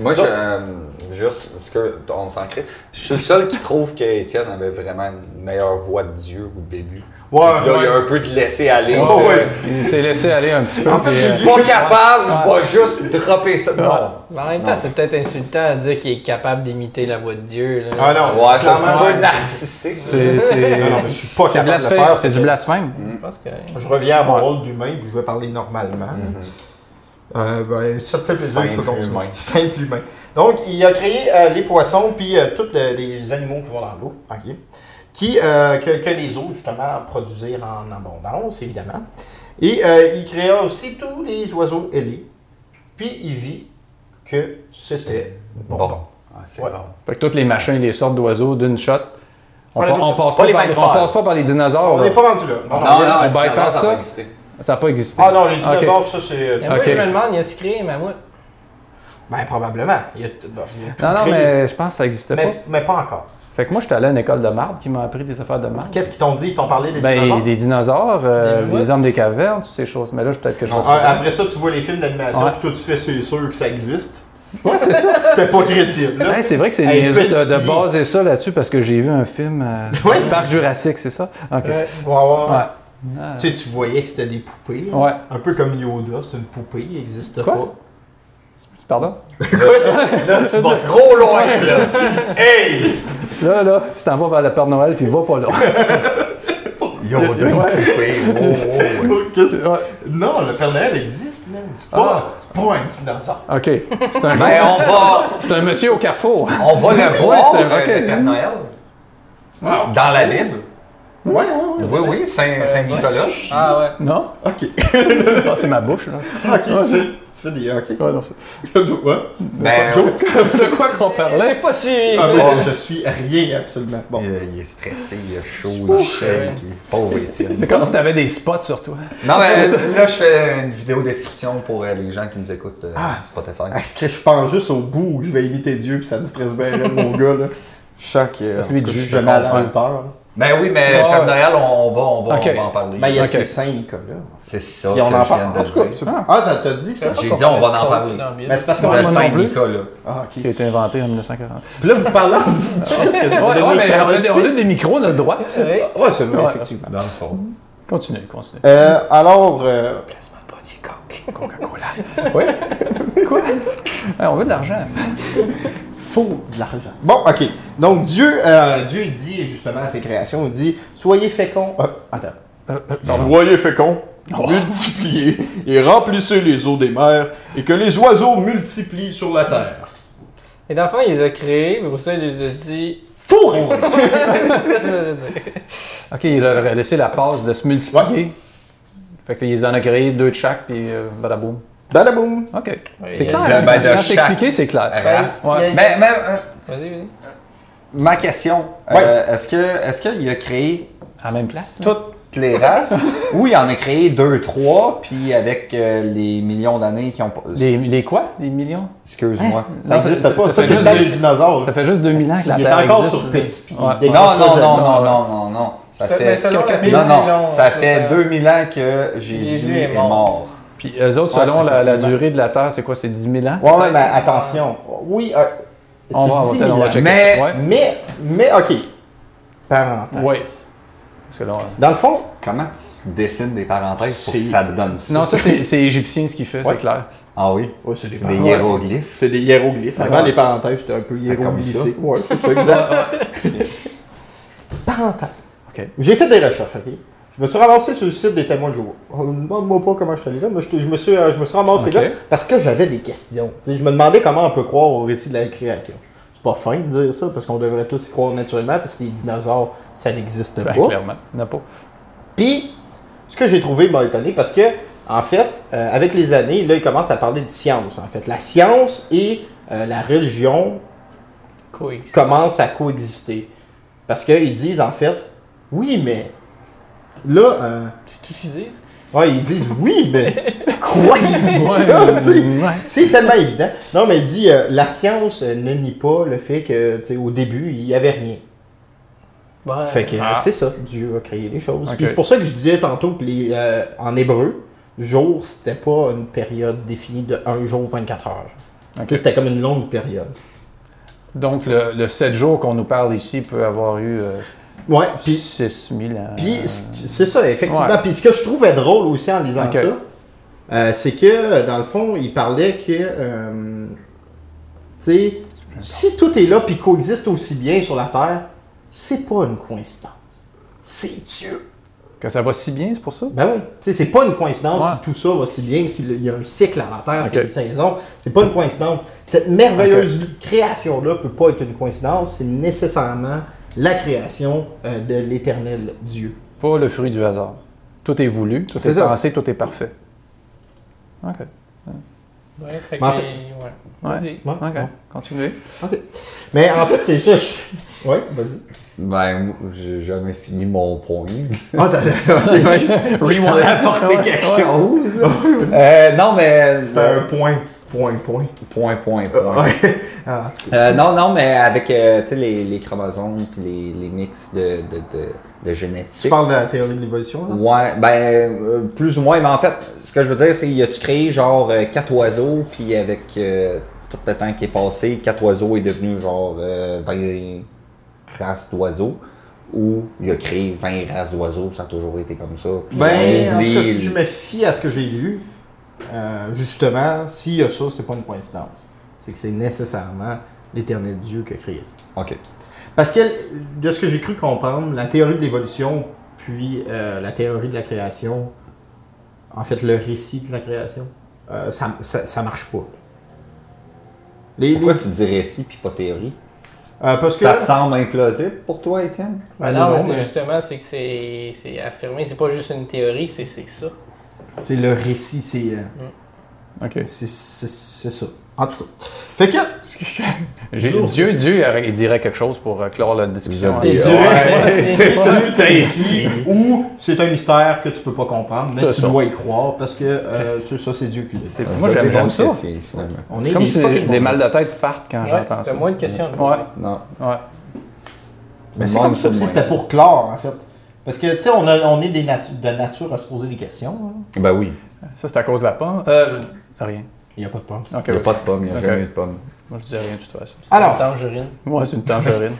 C: Moi, je, euh, juste, parce que on s'en crée, je suis le seul qui trouve qu'Étienne avait vraiment une meilleure voix de Dieu au début.
A: Ouais,
C: Puis là, il a
A: ouais.
C: un peu de laisser aller.
B: Ouais,
C: de-
B: ouais. Il s'est laissé aller un petit peu.
A: En fait,
B: puis, euh,
A: j'ai-
C: Pas capable, je vais juste dropper ça. Non.
D: Mais en même temps,
C: Non.
D: c'est peut-être insultant de dire qu'il est capable d'imiter la voix de Dieu. Là.
A: Ah non,
C: Ouais, c'est un
A: clairement.
C: petit peu narcissique.
B: c'est- c'est-
A: Non, non, mais je suis pas
B: c'est
A: capable de le
B: blasphème,
A: faire.
B: c'est du blasphème.
D: Je pense que.
A: Je reviens à mon rôle d'humain, puis je vais parler normalement.
B: Mm-hmm.
A: Euh, ben, si ça te fait plaisir, je peux
C: Simple
A: continuer.
C: humain.
A: Simple humain. Donc, il a créé euh, les poissons, puis euh, tous le- les animaux qui vont dans l'eau, ok, qui, euh, que, que les eaux, justement, produisirent en abondance, évidemment. Et euh, il créa aussi tous les oiseaux ailés. Puis, il vit que c'était bon.
C: Bon. Ah, c'est
A: Ouais.
C: bon.
B: Fait que toutes les machins, les sortes d'oiseaux d'une shot. On,
A: Voilà,
B: pa-
A: d'une
B: on
A: shot.
B: passe
A: Pas
B: pas,
A: les
B: par,
A: mammifères.
B: on passe pas par les dinosaures.
A: Ah, On
B: là.
A: n'est pas rendu là. Non, non.
C: Non, non,
B: on
C: non,
B: bypass
C: dinosaure,
B: ça.
C: va exister.
B: Ça n'a pas existé.
A: Ah non, les
B: Ok.
A: dinosaures, ça, c'est...
D: Mais moi,
B: Ok.
D: je me demande, y a-tu créé un mammouth?
A: Ben, probablement. Il a, t- bon, il a tout
B: Non, non,
A: créé.
B: mais je pense que ça n'existait pas.
A: mais, mais pas encore.
B: Fait que moi, j'étais allé à une école de marde qui m'a appris des affaires de marde.
A: Qu'est-ce qu'ils t'ont dit? Ils t'ont parlé des
B: Ben,
A: dinosaures?
B: des dinosaures, euh,
D: Des
B: les
D: mouettes.
B: hommes des cavernes, toutes ces choses. Mais là, je- peut-être que je vais
A: Ah, après ça, tu vois les films d'animation,
B: Ouais.
A: puis toi, tu fais, c'est sûr que ça existe.
B: Ouais, c'est ça.
A: C'était pas crédible, là.
B: Hey, c'est vrai que c'est
A: Hey,
B: niaiseux de, de
A: petit.
B: baser ça là-dessus parce que j'ai vu un film euh,
A: Ouais.
B: Parc Jurassique, c'est ça? Ok.
D: Ouais.
A: Ouais, ouais, ouais.
B: Ouais.
A: Tu sais, tu voyais que c'était des poupées. là.
B: Ouais.
A: Un peu comme Yoda, c'est une poupée, il n'existe pas.
B: Quoi? Pardon?
C: Là, tu vas trop loin, là. Hey!
B: Là, là, tu t'en vas vers le Père Noël puis va pas là.
C: Yoda, coupé. Oh, oh, ouais.
A: Qu'est-ce-
B: Ouais. Ah.
A: Non, le Père Noël existe, man. C'est pas, c'est pas un dinosaure.
B: Ok. C'est un,
C: Ben, on va,
B: c'est un monsieur au carrefour.
C: on va le voir,
B: c'est-
C: euh,
B: ok.
C: le Père Noël. Dans la Bible.
A: Ouais, ouais, ouais.
C: Oui, oui, Saint- Saint-Nicolas.
D: Ah ouais.
B: Non?
A: Ok.
B: Ah, c'est ma bouche, là.
A: Ah, ok, tu fais, tu fais des. Ok.
B: Ouais, non, c'est-
A: ouais.
C: Ben,
A: Joe,
B: c'est de quoi qu'on
D: J'ai
B: parlait?
D: pas suivi.
A: ah, moi, je, je suis rien, absolument. Bon.
C: il, il est stressé, il est chaud, il est shake. il- Pauvre Étienne.
B: C'est comme si t'avais des spots sur toi.
C: Non, mais euh, là, je fais une vidéo description pour euh, les gens qui nous écoutent euh,
A: Ah.
C: Spotify.
A: Est-ce que je pense juste au bout où je vais imiter Dieu, puis ça me stresse bien, là, mon gars, là. Je sens que. en tout
B: lui,
A: cas, je
B: Dieu,
A: suis
B: je
A: jamais allé à la
B: comprends.
A: hauteur. là.
C: Ben oui, mais
B: Ouais,
C: Père
B: ouais.
C: Noël, on, on va, on va,
B: Ok.
C: on va en parler.
A: Ben, il y a
B: Ok.
A: ces cinq Nicolas.
C: C'est ça
A: Puis
C: que
A: on en
C: je viens
A: parle. En
C: de
A: tout cas,
C: dire.
A: c'est Ah, t'as- t'as dit ça?
C: J'ai dit on va en parler.
D: Dans la Bible.
A: Mais c'est parce qu'on
C: Le
A: a
B: moi non plus.
C: Saint-Nicolas.
A: Ah,
B: Qui a
A: ok.
B: été inventé en 1940.
A: Puis là, vous parlez entre vous. Qu'est-ce que ça
B: Ouais,
A: va
B: ouais,
A: donner
B: mais on a, des-
A: chaotique?
B: on a des micros, on a le droit.
D: Ouais.
A: Ouais, c'est vrai,
B: Ouais.
A: effectivement.
C: Dans le fond.
B: Continue, continue.
A: Euh, alors, euh,
D: Ah,
B: Coca-Cola. Oui? Quoi? Hey, on veut de l'argent.
A: faut de l'argent. Bon, ok. Donc, Dieu, euh, Dieu dit justement à ses créations, il dit Soyez féconds. Ah, attends.
B: Euh, euh,
A: Soyez féconds.
B: Oh.
E: multipliez et remplissez les eaux des mers et que les oiseaux multiplient sur la terre.
D: Et d'enfant, il les a créés, mais Rousseau, il les a dit.
E: Fourrez!
A: Oh.
D: C'est ça que je veux dire.
B: Ok, il leur a laissé la passe de se multiplier. Fait que ils en ont créé deux de chaque, puis euh, badaboum.
E: Badaboum!
B: Ok. C'est
F: il-
B: clair.
C: Ben, ben,
B: hein?
C: de
B: Quand c'est
C: chaque
B: expliqué, c'est clair.
C: Race.
B: Ouais.
D: Ben, Il y a- il y
C: Mais,
D: a-
C: mais, euh,
D: Vas-y, vas-y.
C: ma question,
A: Ouais.
C: euh, est-ce que est-ce qu'il a créé
B: À la même place. là?
C: toutes les races ou il en a créé deux, trois, puis avec euh, les millions d'années qui ont pas.
B: Les, les quoi Les millions
C: Excuse-moi.
A: Ça n'existe
B: ça-
A: pas.
B: ça
A: Ça,
B: fait
A: c'est le
B: juste
A: temps
B: des-
A: des dinosaures.
B: Ça fait juste 2000 ans que la
A: Il est
B: Terre
A: encore
B: existe,
A: sur
B: là.
A: petit. puis il
B: Ouais.
A: dégueule
C: Non,
A: ses
C: non,
A: ailes.
C: non, non, non, non, non. Ça
D: Ça- mais
C: fait.
D: selon la
C: Non, non,
D: Bible,
C: ça
D: on-
C: fait
D: on-
C: 2000 ans que Jésus est mort.
B: Puis eux autres,
C: Ouais,
B: selon la, la
C: effectivement.
B: durée de la Terre, c'est quoi C'est 10 000 ans
A: Ouais, ouais, mais attention. Oui, euh,
B: On va, on va-
A: c'est 10
B: on
A: 000
B: va
A: ans.
B: checker
C: Mais-
B: ça. Ouais.
A: Mais, mais, OK. Parenthèse.
B: Ouais. Parce que là, on-
A: Dans le fond,
C: Comment tu dessines des parenthèses pour que ça te donne ça?
B: Non, ça, c'est c'est égyptien ce qu'il fait,
A: Ouais.
B: c'est clair.
C: Ah oui?
E: Ouais, c'est des,
C: C'est des
E: parenthèses.
C: hiéroglyphes.
E: C'est des hiéroglyphes. Avant
C: Ouais.
E: les parenthèses, c'était un peu
C: C'était comme
E: hiéroglyphique. Ouais, c'est ça, exact.
A: parenthèse.
B: OK.
A: J'ai fait des recherches, OK? Je me suis ramassé sur le site des témoins de Jéhovah. Oh, Demande-moi pas comment je suis allé là, mais je, je me, suis, euh, je me suis ramassé
B: OK.
A: là parce que j'avais des questions. Tu sais, je me demandais comment on peut croire au récit de la création. C'est pas fin de dire ça, parce qu'on devrait tous y croire naturellement, parce que les dinosaures, ça n'existe
B: Ben,
A: pas.
B: clairement. Il n'y en a pas.
A: Puis, ce que j'ai trouvé m'a étonné parce que, en fait, euh, avec les années, là, ils commencent à parler de science, en fait. La science et euh, la religion
D: Couille.
A: commencent à coexister. Parce qu'ils disent, en fait, oui, mais. Là, euh,
D: C'est tout ce qu'ils disent.
A: ouais, ils disent, oui, mais. Croyez-y!
B: Ouais,
A: là, tu sais.
B: ouais.
A: C'est tellement évident. Non, mais il dit, euh, la science euh, ne nie pas le fait que, tu sais, au début, il n'y avait rien.
D: Ouais.
A: Fait que euh,
B: Ah.
A: c'est ça, Dieu a créé les choses.
B: Ok.
A: Puis c'est pour ça que je disais tantôt que les, euh, en hébreu, jour, c'était pas une période définie de un jour 24 heures. Tu sais, C'était comme une longue période.
B: Donc, le, le 7 jours qu'on nous parle ici peut avoir eu euh,
A: Ouais, puis,
B: 6 000 ans.
A: puis c'est c'est ça, effectivement.
B: Euh. ouais.
A: Puis ce que je trouvais drôle aussi en lisant
B: Ok.
A: ça, euh, c'est que euh, dans le fond, il parlait que, euh, tu sais, si tout est là puis coexiste aussi bien sur la Terre, c'est pas une coïncidence. C'est Dieu.
B: Que ça va si bien, c'est pour ça?
A: Ben oui. Tu sais, c'est pas une coïncidence
B: Ouais.
A: si tout ça va si bien, s'il y a un cycle à la Terre, c'est
B: Ok.
A: des saisons. C'est pas une coïncidence. Cette merveilleuse création-là peut pas être une coïncidence, c'est nécessairement la création euh, de l'éternel Dieu.
B: Pas le fruit du hasard. Tout est voulu, tout est,
A: C'est ça.
B: pensé, tout est parfait. OK.
D: Ouais, fait que.
A: Mais en
D: ouais.
B: Ouais.
D: Vas-y.
A: Ouais,
B: OK.
A: ouais.
B: Continuez.
A: Mais en fait, c'est ça. je- Ouais, vas-y.
C: Ben, moi, j'ai jamais fini mon point.
A: Ah, t'as-
B: Rewind.
C: apporter quelque
B: Ouais.
C: chose. Euh, non, mais.
A: C'était un point, point, point.
C: Point, point, point.
A: Ouais. Ah, en tout cas.
C: Euh, non, non, mais avec euh, tu sais, les, les chromosomes puis les, les mix de, de, de, de
A: Tu
C: génétique.
A: parles de la théorie de l'évolution, là?
C: Ouais, ben, euh, plus ou moins, mais en fait, ce que je veux dire, c'est y a-tu créé genre euh, quatre oiseaux, puis avec euh, tout le temps qui est passé, quatre oiseaux est devenu genre euh, 20 races d'oiseaux, ou il a créé 20 races d'oiseaux, puis ça a toujours été comme ça. puis
A: Ben,
C: on
A: en tout cas,
C: oublie-
A: si je me fie à ce que j'ai lu, euh, justement, s'il y a ça, c'est pas une coïncidence. C'est que c'est nécessairement l'éternel Dieu qui a créé ça.
C: Ok.
A: Parce que, de ce que j'ai cru comprendre, la théorie de l'évolution, puis euh, la théorie de la création, en fait, le récit de la création, euh, ça, ça, ça marche pas. Les,
C: Pourquoi
A: les-
C: tu dis récit puis pas théorie?
A: euh, parce que.
C: Ça te semble implausible pour toi, Étienne?
A: Ah,
D: Ben non,
A: non,
D: mais c'est
A: mais
D: justement, c'est que c'est c'est affirmé. C'est pas juste une théorie, c'est c'est ça.
A: c'est le récit, c'est. euh,
B: OK.
A: c'est- c'est c'est ça. En tout cas. Fait que.
B: J'ai-
A: Jour,
B: Dieu,
A: c'est-
B: Dieu, euh, il dirait quelque chose pour euh, clore la discussion.
C: Il
A: Je
C: a
B: hein.
C: dit-
A: dirais-
D: c'est
A: ça, c'est ici, ou c'est un mystère que tu peux pas comprendre, mais
B: C'est
A: tu
B: ça.
A: dois y croire parce que euh, c'est ça, c'est Dieu qui l'a dit.
B: Moi,
C: Vous êtes
B: j'aime
C: des bons
B: j'aime ça.
C: chrétiens, finalement.
A: On
B: C'est comme si
A: fucking
B: les
A: bons
B: mal de tête partent quand
D: Ouais,
B: Ah, j'entends
D: t'as
B: ça.
D: moins de questions.
B: Ouais,
C: Non.
B: ouais.
A: Mais c'est
C: Bon,
A: comme
C: c'est
A: ça aussi,
C: moins.
A: c'était pour clore, en fait. Parce que, tu sais, on, a- on est des natu- de nature à se poser des questions. hein.
C: Ben oui.
B: Ça, c'est à cause de la pomme. Euh, rien.
A: Il n'y a pas de problème.
B: OK.
C: Il n'y a
B: ouais.
C: pas de pomme, il n'y a
B: Ok.
C: jamais eu de pomme.
B: Moi, je dis rien de toute façon.
A: Alors,
D: Tangerine.
B: Moi, c'est une tangerine.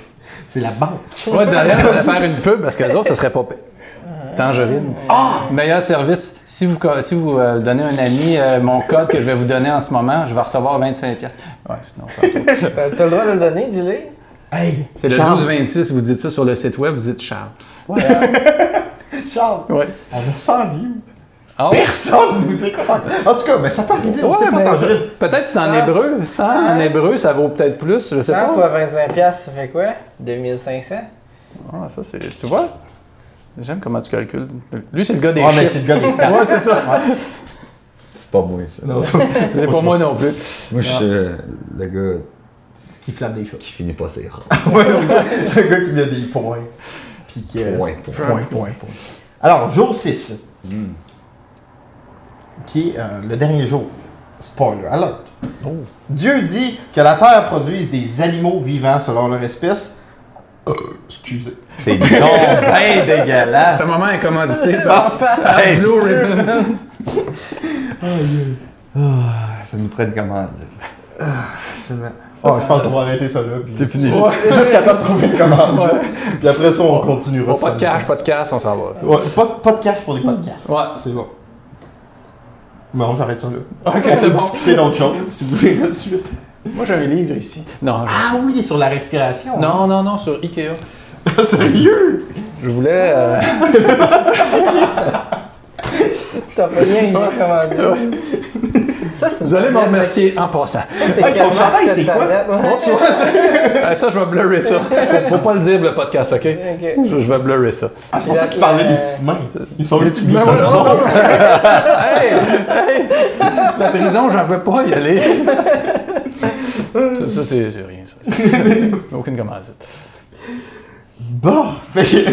A: c'est la banque.
B: Moi, derrière, je vais faire une pub parce que les autres, ça serait pas. pire. Tangerine. Ah! Meilleur service. Si vous, co- si vous euh, donnez à un ami euh, mon code que je vais vous donner en ce moment, je vais recevoir 25$. piastres. Ouais, sinon, ça-
D: T'as t'as le droit de le donner, dis-le.
A: Hey,
B: c'est le
A: Charles,
B: 12-26, vous dites ça
D: Euh,
B: sur le site web, vous dites Charles.
A: Charles,
B: Ouais.
A: on a 100 views.
B: Ah ouais.
A: Personne nous écoute. En tout cas, ben, ça peut arriver, on
B: Ouais,
A: sait pas
B: mais
A: tant que-
B: Peut-être c'est en
D: Ça-
B: hébreu. 100 en
D: ça-
B: hébreu, ça vaut peut-être plus, je sais
D: 100
B: pas.
D: fois 25 piastres, ça fait quoi? 2500?
B: Ah, ça, c'est... Tu vois? J'aime comment tu calcules. Lui, c'est le gars des
A: Ah, mais
B: chiffres.
A: c'est le gars des stats.
B: Ouais, c'est ça.
C: C'est pas moi, ça.
A: Non, c'est-
B: C'est pas moi non plus.
C: Moi, je suis euh, le gars
A: qui flatte des choses.
C: qui finit pas ses rangs.
A: Ouais, non, c'est le gars qui met des points. Puis qui reste.
C: Point, point,
A: Point, point, point. Alors, jour 6. Qui est euh, le dernier jour. Spoiler alert.
C: Oh.
A: Dieu dit que la terre produise des animaux vivants selon leur espèce. Euh, excusez.
C: C'est donc bien dégueulasse.
B: Ce moment est commandité par
C: Hey.
B: Blue Ribbons.
C: Ça nous prête comment dire.
A: Oh, je pense qu'on va arrêter ça là. puis-
C: C'est fini.
A: Ouais. Jusqu'à temps de trouver le commande. Puis après ça, on continuera.
B: Bon, pas de
A: ça.
B: cash, pas de cash, on s'en va.
A: Ouais, pas, de- pas de cash pour les podcasts.
B: Ouais.
A: C'est bon. Non, j'arrête ça là.
B: Ok,
A: On
B: c'est
A: peut
B: bon.
A: discuter d'autre chose si vous voulez la suite.
B: Moi, j'ai un livre ici. Non, je-
A: Ah oui, sur la respiration.
B: non, non, non, sur Ikea.
A: Sérieux?
B: Je voulais... euh,
D: T'as pas rien idée comment dire.
B: Ça, c'est- vous allez m'en remercier en passant.
D: C'est
A: Hey, ton
D: Karma
A: chandail,
D: qui
A: c'est
D: se
A: quoi?
D: tablette, ouais.
B: Bon, Oh, tu vois, ça, Euh, ça, je vais blurrer ça. Faut pas le dire, le podcast, OK?
D: Ok.
B: Je, je vais blurrer ça.
A: Ah, c'est pour ça que tu parlais des petites mains. Ils sont aussi
B: Mais
A: bien.
B: ouais, non, non, non. hey, hey, la prison, j'en veux pas y aller. ça, ça, c'est c'est rien, ça. J'ai Aucune commande.
A: Bon, fait-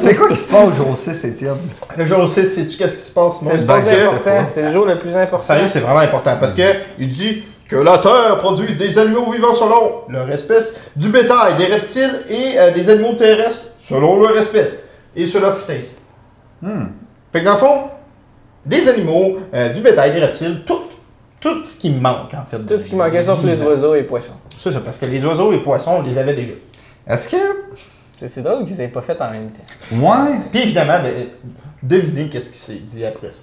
C: C'est quoi qui se passe au jour 6, Étienne?
A: le jour 6, sais-tu qu'est-ce qui se passe? Moi,
D: C'est
A: je
D: le
A: pense
D: plus
A: que.
D: important, c'est le jour le plus important.
A: Sérieux, c'est vraiment important parce que il dit que la Terre produise des animaux vivants selon leur espèce, du bétail, des reptiles et euh, des animaux terrestres selon leur espèce. Et cela fut ainsi. Fait que dans le fond, des animaux, euh, du bétail, des reptiles, tout, tout ce qui manque en fait.
D: Tout ce qui manquait sauf les oiseaux et les poissons.
A: C'est ça, parce que les oiseaux et les poissons, on les avait déjà.
C: Est-ce que.
D: C'est c'est drôle qu'ils aient pas fait en même temps.
C: Ouais.
A: Puis évidemment, de- devinez qu'est-ce qui s'est dit après ça.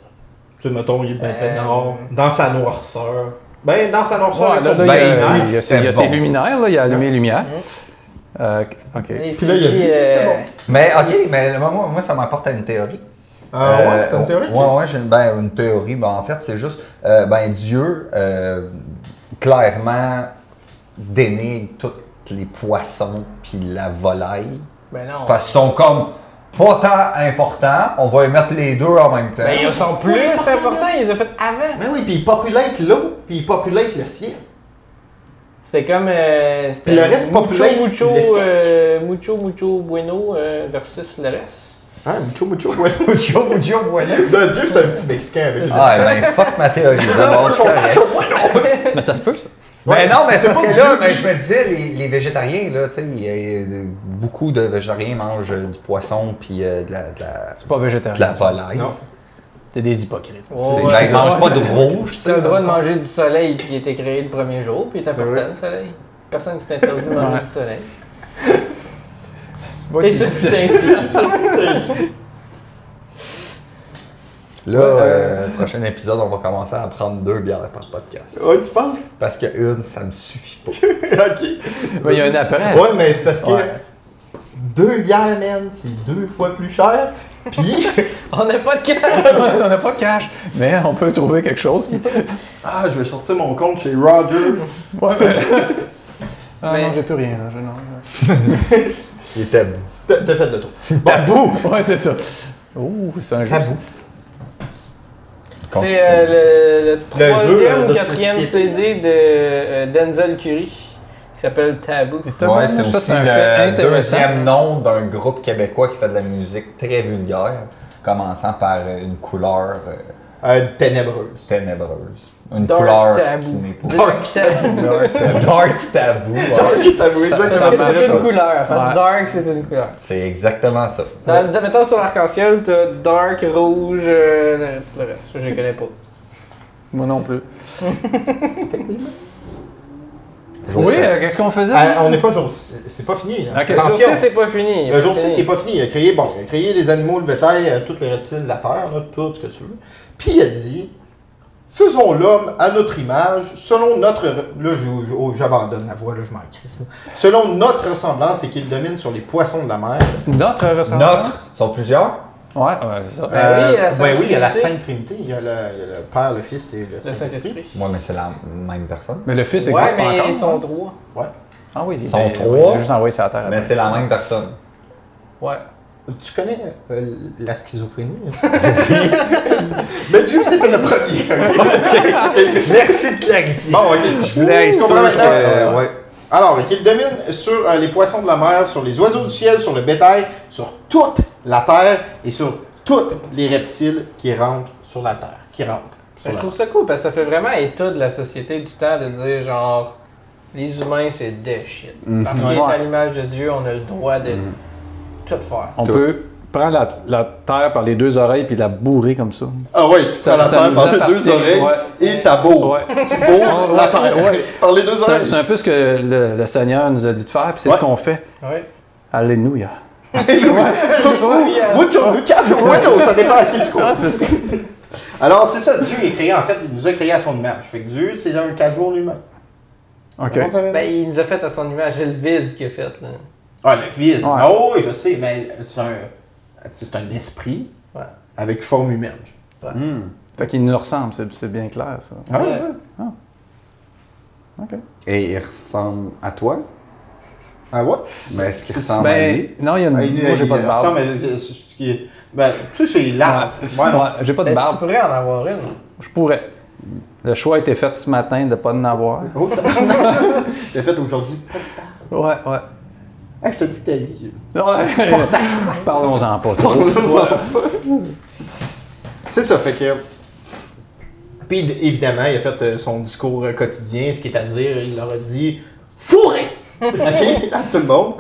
A: Tu sais, mettons, il est ben, ben
D: Euh.
A: dehors, dans sa noirceur. Ben, dans sa noirceur,
B: Ouais,
A: ils
B: là,
A: sont
B: là, il y
A: bien
B: a- il y a-
A: vivants.
B: il y a, ses- il y a ses
C: c'est bon.
B: luminaires, là, il y a allumé les lumières. Euh, OK.
D: Et
A: Puis là, il a
D: c'est
A: vu
D: dit,
A: que c'était
D: euh,
A: bon.
C: Mais ok, mais moi, moi, moi, ça m'apporte à une théorie.
A: Ah ouais, t'as
C: Euh,
A: une théorie? qui-
C: Ouais, ouais, j'ai une, ben, une théorie. Ben, en fait, c'est juste, euh, ben, Dieu, euh, clairement, dénigre tous les poissons puis la volaille.
D: Ben non.
C: Parce qu'ils sont comme pas tant importants. On va y mettre les deux en même temps.
D: Ben ils sont plus importants, ils les ont fait avant.
A: Mais Ben oui, puis il populate l'eau, puis il populate le ciel.
D: C'était comme. Euh, c'était
A: Puis le reste
D: mucho,
A: populaire,
D: mucho,
A: le sec.
D: euh, mucho, mucho bueno euh, versus le reste.
A: Ah, mucho, mucho, voilà.
C: Mucho, mucho, voilà.
A: Mon Dieu, c'est un petit Mexicain avec les
C: Ah,
A: Mexicains.
C: ben, fuck ma théorie. d'abord,
A: Mucho,
C: c'est correct.
A: mucho, voilà.
B: Mais ça se peut, ça.
A: Ouais,
C: Ben non, mais
A: c'est
C: c'est parce
A: pas
C: que
A: Dieu
C: là,
A: qui-
C: ben, je me disais, les, les végétariens, là, tu sais, il y a- il y a beaucoup de végétariens mangent du poisson puis euh, de, la, de, la,
B: C'est pas
C: de la
B: végétarien. ça.
C: volaille.
A: Non.
B: T'es des hypocrites.
C: C'est-
D: Ouais,
C: ben, ils mangent pas de rouge, tu
D: T'as
C: sais.
D: le droit de manger du soleil puis il était créé le premier jour, puis il est important le soleil. Personne qui t'interdit de manger du soleil.
B: Ouais,
D: Et
B: tu-
D: ça fut ainsi.
C: Là, euh, prochain épisode, on va commencer à prendre deux bières par podcast.
A: Ouais, tu penses?
C: Parce que une, ça me suffit pas.
A: ok.
B: Mais ben, il y a un après.
A: Ouais, mais c'est parce que
B: Ouais.
A: deux bières, man, c'est deux fois plus cher. Puis,
D: On n'a pas de cas.
B: on n'a pas de cash, mais on peut trouver quelque chose qui...
A: ah, je vais sortir mon compte chez Rogers.
B: Ouais, mais... Ah
D: Mais-
B: non, j'ai plus rien, là. je- non, non.
C: Il est tabou.
A: T'as t'as fait le tour. Babou!
B: Ouais, c'est ça. Oh, c'est un jeu.
A: Tabou.
D: C'est euh, le, le
A: Le jeu,
D: troisième
A: euh,
D: ou
A: de
D: quatrième
A: société.
D: CD de euh, Denzel Curry qui s'appelle Taboo.
C: Ouais, c'est
B: Ça,
C: aussi
B: un fait
C: le
B: intéressant.
C: deuxième nom d'un groupe québécois qui fait de la musique très vulgaire, commençant par une couleur euh,
A: Euh, ténébreuse.
C: ténébreuse. Une
D: Dark
C: couleur
D: Taboo.
C: qui n'est pas...
D: Dark Taboo.
C: Dark tabou. ouais.
A: Ok, t'as avoué exactement
D: C'est
A: ça.
D: une couleur. Parce
B: Ouais.
D: que dark, c'est une couleur.
C: C'est exactement ça.
D: Dans, dans- mettons sur l'arc-en-ciel, t'as dark, rouge, euh, tout le reste. Ça, Je les connais pas.
B: Moi non plus.
C: Jour
B: Oui,
C: sept.
B: euh, qu'est-ce qu'on faisait?
A: Ah, on n'est pas jour. C'est c'est pas fini. là.
B: Ok.
D: Le jour
A: Attention.
D: 6, c'est pas fini.
A: Le jour 6, il n'est pas fini. Il a créé, bon, il a créé les animaux, le bétail, euh, tous les reptiles, la terre, là, tout ce que tu veux. Puis il a dit Faisons l'homme à notre image, selon notre. re- Là, je- je- oh, j'abandonne la voix, là, je m'en crisse. là. Selon notre ressemblance et qu'il domine sur les poissons de la mer.
B: Notre ressemblance.
C: Notre. Ils sont plusieurs.
B: Ouais, ouais, c'est ça.
D: Ben oui, il y a la Sainte
A: ben oui, il y a la
D: Trinité.
A: Sainte Trinité. Il y a le, il y a le Père, le Fils et le Saint-Esprit.
D: Saint-Esprit.
C: Ouais, mais c'est la même personne.
B: Mais le fils existe
D: Ouais,
B: pas
D: mais
B: encore.
D: ils sont trois.
B: Ah oui, il-
C: sont
B: ben,
C: trois.
B: Il a juste envoyé sur la terre.
C: Mais c'est la même personne.
B: Ouais.
A: Tu connais euh, la schizophrénie? Ben, Mais Dieu, c'était le premier. Merci de clarifier. Bon, ok. Je voulais être sûr
C: Euh,
A: maintenant.
C: ouais.
A: Alors, qu'il domine sur euh, les poissons de la mer, sur les oiseaux du ciel, sur le bétail, sur toute la terre et sur toutes les reptiles qui rentrent sur la terre. Qui rentrent.
B: Ben,
A: sur
D: Ben, je
A: la
D: trouve ça cool parce que ça fait vraiment état de la société du temps de dire genre les humains c'est des shit.
A: Mhm.
D: Parce qu'on est
B: Ouais.
D: à l'image de Dieu, on a le droit de tout faire.
B: On peut prendre la, la terre par les deux oreilles puis la bourrer comme ça.
E: Ah ouais, tu
B: Ça-
E: prends la
B: ça
E: terre
B: nous
E: par tes
B: appartient,
E: deux oreilles
B: ouais.
E: et ta bourre.
B: Ouais.
E: Tu bourres la terre
B: Ouais.
E: par les deux
B: C'est un,
E: oreilles.
B: c'est un peu ce que le, le Seigneur nous a dit de faire, puis c'est
E: Ouais.
B: ce qu'on fait.
D: Ouais.
B: Alléluia.
A: Oh!
D: hein.
B: Ah.
E: Mucho, muchacho, bueno, ça dépend à qui tu crois.
A: Alors, c'est ça, Dieu est créé, en fait, il nous a créé à son image. Fait que Dieu, c'est un cajour humain.
B: OK.
A: Comment ça va?
D: Ben, il nous a fait à son image Elvis qui a fait là.
A: Ah, le fils.
B: Ouais.
A: Ah oui, je sais, mais c'est un, c'est un esprit
D: Ouais.
A: avec forme humaine.
B: Fait qu'il nous ressemble, c'est c'est bien clair, ça.
A: Ah,
D: Ouais.
A: ouais.
B: OK.
C: Et il ressemble à toi?
A: Ah ouais?
C: Mais est-ce qu'il ressemble à lui?
B: Ben, non, il y a une...
A: Ah, il-
B: Moi, j'ai
A: il-
B: pas de
A: il ressemble,
B: barbe.
A: mais c'est- c'est- c'est- Ben, tu sais, c'est large. Ouais, non.
B: Ouais, j'ai pas de
D: Ben, tu
B: barbe.
D: pourrais en avoir une.
B: Je pourrais. Le choix a été fait ce matin de pas en avoir.
A: Oh. J'ai fait aujourd'hui.
B: Ouais, ouais.
A: Ah, je te dis que t'as vu.
B: Ouais. Parlons-en pas. trop.
A: C'est ça, fait que. Puis évidemment, il a fait euh, son discours euh, quotidien, ce qui est à dire, il leur a dit Fourré Ok, à tout le monde.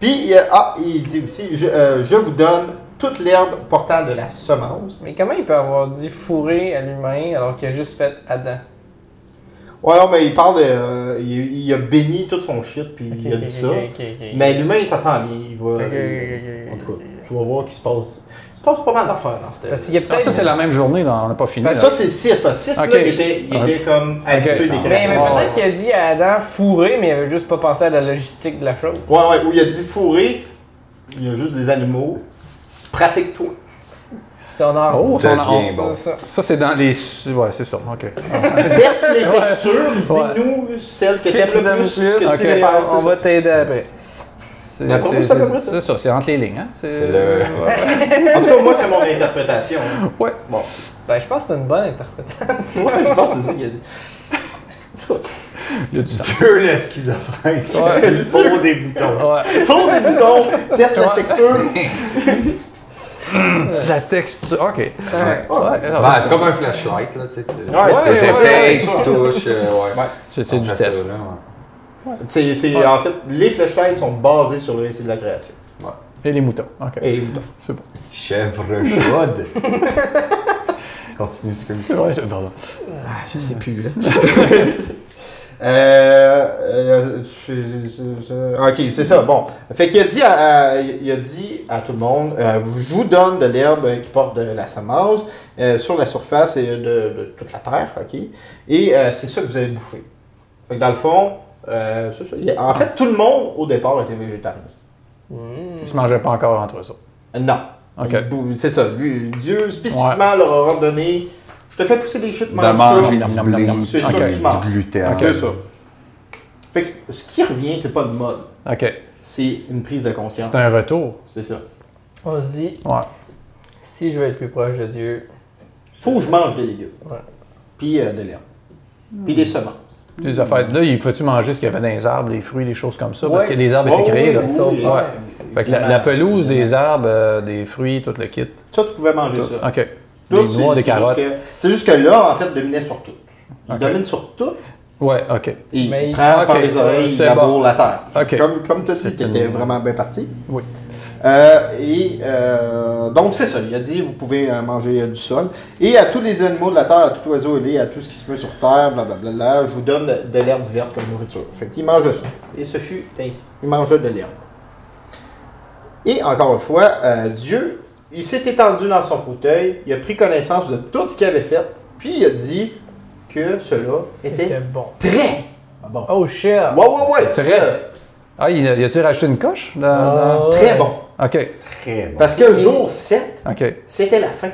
A: Puis euh, ah, il dit aussi je, euh, Je vous donne toute l'herbe portant de la semence.
D: Mais comment il peut avoir dit fourré à l'humain alors qu'il a juste fait Adam?
A: Ouais, non, mais il parle de. euh, il, il a béni tout son shit, puis il a dit ça. Mais l'humain, ça sent bien. Il va.
D: Ok, ok, ok, ok.
A: En tout cas, tu vas voir qu'il se passe. Il se passe pas mal d'affaires dans cette
D: Parce qu'il y a
B: Ah,
D: peut-être.
B: Ça, c'est la même journée, là. on n'a pas fini.
A: Ben,
B: là.
A: ça, c'est 6. 6,
B: Ok.
A: là, il était, il était comme habitué des
D: Mais, Ben, mais
A: créations.
D: peut-être qu'il a dit à Adam fourré, mais il avait juste pas pensé à la logistique de la chose.
A: Ouais, ouais, où il a dit fourré, il y a juste des animaux. Pratique-toi.
D: C'est en or.
B: Oh, ça, on a-
C: Devient bon.
D: C'est ça.
B: ça, c'est dans les... su- Ouais, c'est ça. OK.
A: Teste les textures, dis-nous celles que
D: Qu'est-ce que
A: t'aimes le
D: t'aimes
A: plus, ce que
B: Ok.
A: tu veux faire.
D: on
A: c'est
D: va
A: ça.
D: t'aider après.
B: C'est
A: D'après moi, c'est à peu près ça.
B: C'est ça, c'est entre les lignes. Hein?
C: C'est le-
A: En tout cas, moi, c'est mon interprétation. hein.
B: Ouais.
A: Bon.
D: Ben, je pense que c'est une bonne interprétation.
A: Ouais, je pense que c'est ça qu'il a dit.
B: Il y a du
C: Dieu, le schizophrène.
B: Ouais.
A: C'est le faux des boutons.
B: Ouais.
A: Faux des boutons, teste la texture.
B: La texture. OK. Ouais.
C: Ben, c'est comme un flashlight, là, tu sais. Tu
A: Ouais,
C: tu
B: ouais,
C: essayes,
A: ouais,
C: tu touches, euh, ouais.
B: C'est c'est
C: On
B: du
C: fait ça,
B: test.
C: là, ouais.
A: C'est- c'est-
B: Ouais.
A: En fait, les flashlights sont basés sur le récit de la création.
B: Et les moutons. OK.
A: Et les boutons.
B: C'est bon.
C: Chèvre chaude. Continue, excuse
B: Ouais, c'est pardon.
A: Je sais plus, là. Euh, euh, je- je- je- ok, c'est ça. Bon, fait qu'il a dit à, à- il a dit à tout le monde, euh, vous- je vous donne de l'herbe qui porte de la semence euh, sur la surface et de, de toute la terre, ok. Et euh, c'est ça que vous allez bouffer. Fait que dans le fond, euh, c'est ça. Il y a- en fait, tout le monde au départ était végétarien.
B: Ils se mangeaient pas encore entre eux. autres.
A: Euh, Non.
B: Ok.
A: Il bou- C'est ça. Lui, Dieu spécifiquement leur a ordonné, je te fais pousser des chutes, mange ça.
C: manger
B: nom, nom,
C: du
B: nom,
C: blé,
B: nom.
A: C'est ça
B: Ok.
A: que tu manges.
C: du gluten.
A: C'est ça. Fait que c- ce qui revient, c'est pas de mode.
B: OK.
A: C'est une prise de conscience.
B: C'est un retour.
A: C'est ça.
D: On se dit,
B: Ouais.
D: si je veux être plus proche de Dieu,
A: Faut que je mange des légumes.
D: Ouais.
A: Puis euh, de l'herbe. Puis des semences.
B: Des affaires. Là, il pouvait-tu manger ce qu'il y avait dans les arbres, les fruits, des choses comme ça? Parce
D: Ouais.
B: que les arbres étaient
A: Ouais,
B: créés.
A: ouais,
B: là.
A: Oh, oui,
B: Sauf-
A: oui.
B: ouais. Fait que la, la pelouse, des arbres, euh, des fruits, tout le kit.
A: Ça, tu pouvais manger ça.
B: OK.
A: Tout,
B: des
A: c'est-
B: Ah, noix, des
A: c'est juste
B: carottes.
A: que- C'est juste que là, en fait, dominait sur tout. Il
B: Ok.
A: domine sur tout
B: Ouais, OK.
A: et il
D: Mais il-
A: prend par
B: ok,
A: les oreilles, il
B: c'est
A: laboure
B: bon.
A: la terre.
B: Ok.
A: Comme, comme tu as dit, qui
B: une-
A: était vraiment bien parti.
B: Oui.
A: Euh, et euh, donc c'est ça, il a dit vous pouvez euh, manger euh, du sol. Et à tous les animaux de la terre, à tout oiseau ailé, à tout ce qui se peut sur terre, blablabla, je vous donne de, de l'herbe verte comme nourriture. Fait qu'il mangeait ça. Et ce fut ainsi. Il mangeait de l'herbe. Et encore une fois, euh, Dieu, il s'est étendu dans son fauteuil, il a pris connaissance de tout ce qu'il avait fait, puis il a dit que cela
D: c'était
A: était
D: bon.
A: très Ah bon.
D: Oh shit!
A: Ouais, ouais, ouais, très,
B: Ah, il a- y a-tu racheté une coche? dans-
D: Ah,
B: dans-
D: ouais.
A: très bon.
B: OK.
C: Très bon.
A: Parce que le jour 7,
B: OK.
A: c'était la fin.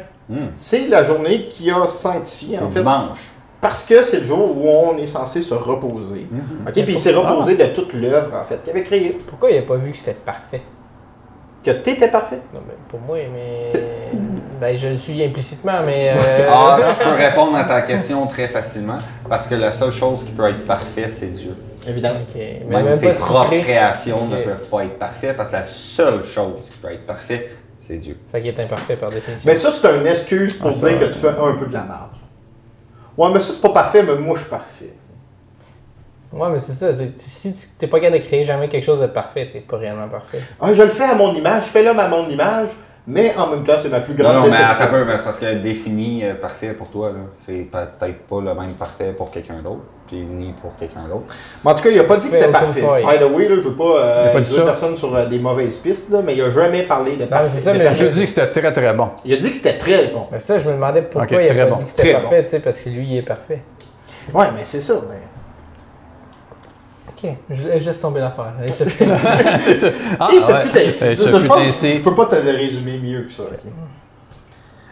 A: C'est la journée qui a sanctifié, en
C: Hmm. C'est
A: fait.
C: dimanche.
A: Parce que c'est le jour où on est censé se reposer.
C: Hmm.
A: OK? Puis il
C: Ah.
A: s'est reposé de toute l'œuvre, en fait, qu'il avait créée.
D: Pourquoi il a pas vu que c'était parfait?
A: Que t'étais parfait.
D: Non, mais pour moi, mais. ben, je le suis implicitement, mais. euh,
C: Ah, je peux répondre à ta question très facilement parce que la seule chose qui peut être parfaite, c'est Dieu.
A: Évidemment.
D: ok, mais
C: Même,
D: même
C: ses
D: pas
C: propres
D: secret.
C: créations ne
D: Ok.
C: peuvent pas être parfaites parce que la seule chose qui peut être parfaite, c'est Dieu.
D: Fait qu'il est imparfait par définition.
A: Mais ça, c'est une excuse
C: Ah,
A: pour dire que tu fais un peu de la merde. Ouais, mais ça, c'est pas parfait, mais moi, je suis parfait.
D: Ouais, mais c'est ça. c'est- Si tu t'es pas capable de créer jamais quelque chose de parfait, t'es pas réellement parfait.
A: Ah, je le fais à mon image, je fais l'homme à mon image, mais en même temps, c'est ma plus
C: Non,
A: grande
C: non, mais
A: déception.
C: ça peut, mais c'est parce que défini euh, parfait pour toi, là, c'est peut-être pas le même parfait pour quelqu'un d'autre, puis ni pour quelqu'un d'autre.
A: Mais en tout cas, il a pas dit que
D: Mais
A: c'était
D: aucune
A: parfait.
D: fois, il-
A: By the way, là, je veux pas, euh,
B: Il a pas dit
A: dire
B: ça.
A: personne sur euh, des mauvaises pistes, là, mais il a jamais parlé de parfait.
D: c'est ça,
A: de
D: mais
B: Je
A: parfait.
B: dis que c'était très, très bon.
A: Il a dit que c'était très bon.
D: Mais Ben, ça, je me demandais pourquoi
B: Ok,
D: il a
B: très
D: pas
B: bon.
D: dit que c'était
A: Très
D: parfait, tu sais, parce que lui, il est parfait.
A: Ouais, mais c'est ça. Mais...
D: Ok, je, laisse tomber l'affaire.
B: C'est ça. Ah,
A: Et ce
B: ouais.
A: fut ainsi.
B: Et
A: Ça,
B: ce
A: ça, je,
B: fut
A: pense-
B: ainsi.
A: je peux pas te le résumer mieux que ça. ok.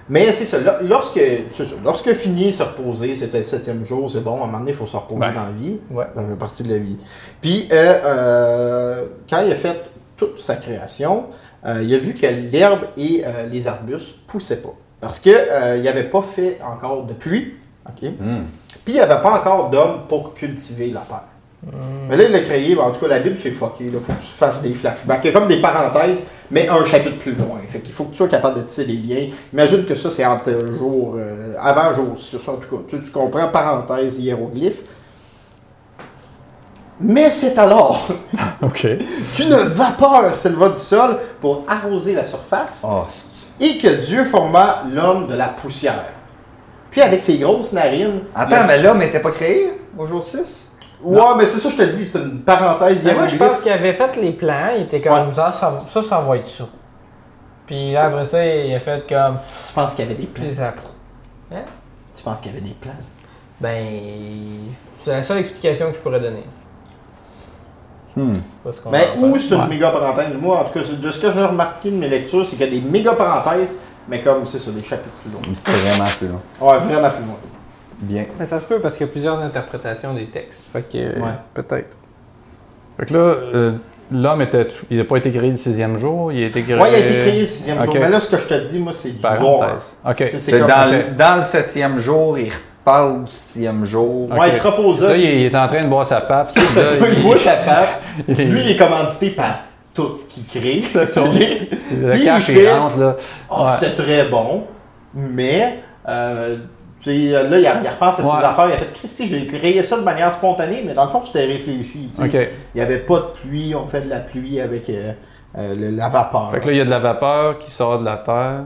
A: Mais c'est ça. lo- Lorsque, c'est ça, lorsque fini se reposer, c'était le septième jour, c'est bon, à un moment donné, il faut se reposer
B: Ben.
A: dans la vie.
D: Ouais.
A: Ça fait partie de la vie. Puis, euh, euh, quand il a fait toute sa création, euh, il a vu que l'herbe et euh, les arbustes poussaient pas. Parce qu'il n'avait pas fait encore de pluie. ok?
B: Hmm.
A: Puis il n'y avait pas encore d'homme pour cultiver la terre. Mais là, il l'a créé. ben, en tout cas, la Bible, c'est fucké. Il faut que tu fasses des flashbacks. Il y a comme des parenthèses, mais un chapitre plus loin. Fait qu'il faut que tu sois capable de tisser des liens. Imagine que ça, c'est entre euh, jour, euh, avant jour, sur ça, en tout cas. Tu, tu comprends, parenthèse, hiéroglyphe. Mais c'est alors
B: OK.
A: qu'une vapeur s'éleva du sol pour arroser la surface
C: Ah,
A: et que Dieu forma l'homme de la poussière. Puis avec ses grosses narines.
C: Attends,
A: le-
C: mais l'homme n'était pas créé au jour 6?
A: Ouais, mais c'est ça, je te dis, c'est une parenthèse.
D: moi, je
A: hiéroglyphe.
D: pense qu'il avait fait les plans, il était comme
A: Ouais.
D: ça, ça, ça, ça va être ça. Puis là, après ça, il a fait comme.
A: Tu penses qu'il y avait des plans?
D: Puis ça-
A: Tu penses qu'il y avait des plans?
D: Ben. C'est la seule explication que je pourrais donner.
A: Hmm.
D: Je sais pas ce qu'on
A: Mais
D: en
A: où
D: pense.
A: Ben, c'est une méga parenthèse? Moi, en tout cas, c'est- de ce que j'ai remarqué de mes lectures, c'est qu'il y a des méga parenthèses, mais comme c'est sur des chapitres plus longs.
C: Vraiment plus long.
A: Ouais, vraiment plus loin.
C: Bien.
D: Mais ça se peut parce qu'il y a plusieurs interprétations des textes. Fait que. euh,
A: Ouais.
D: Peut-être.
B: Fait que là, euh, l'homme était. Il n'a pas été créé le sixième jour. Il a été créé.
A: Ouais, il a été créé le sixième
B: Euh, Ok.
A: jour. Mais là, ce que je te dis, moi, c'est du lore.
B: Parenthèse. OK.
A: Tu sais, C'est
C: C'est
A: comme...
C: dans,
B: Ok.
C: le- dans le septième jour, il reparle du sixième jour.
A: Ouais, il se reposa.
B: Là, il, il est en train de boire sa pape. C'est
A: Il a fait une bouche à pape.
B: il-
A: Lui, il est commandité par tout ce qu'il crée.
B: C'est ça.
A: Puis
B: Le
A: il
B: cash, il
A: fait-
B: rentre, là.
A: Oh,
B: Ouais.
A: C'était très bon, mais euh, tu sais, là, il, il repense à ses
B: Ouais.
A: affaires. Il a fait Christy, j'ai créé ça de manière spontanée, mais dans le fond, j'étais réfléchi. tu sais.
B: OK.
A: Il n'y avait pas de pluie, on fait de la pluie avec euh, euh, le- la vapeur.
B: Fait que là, il y a de la vapeur qui sort de la terre.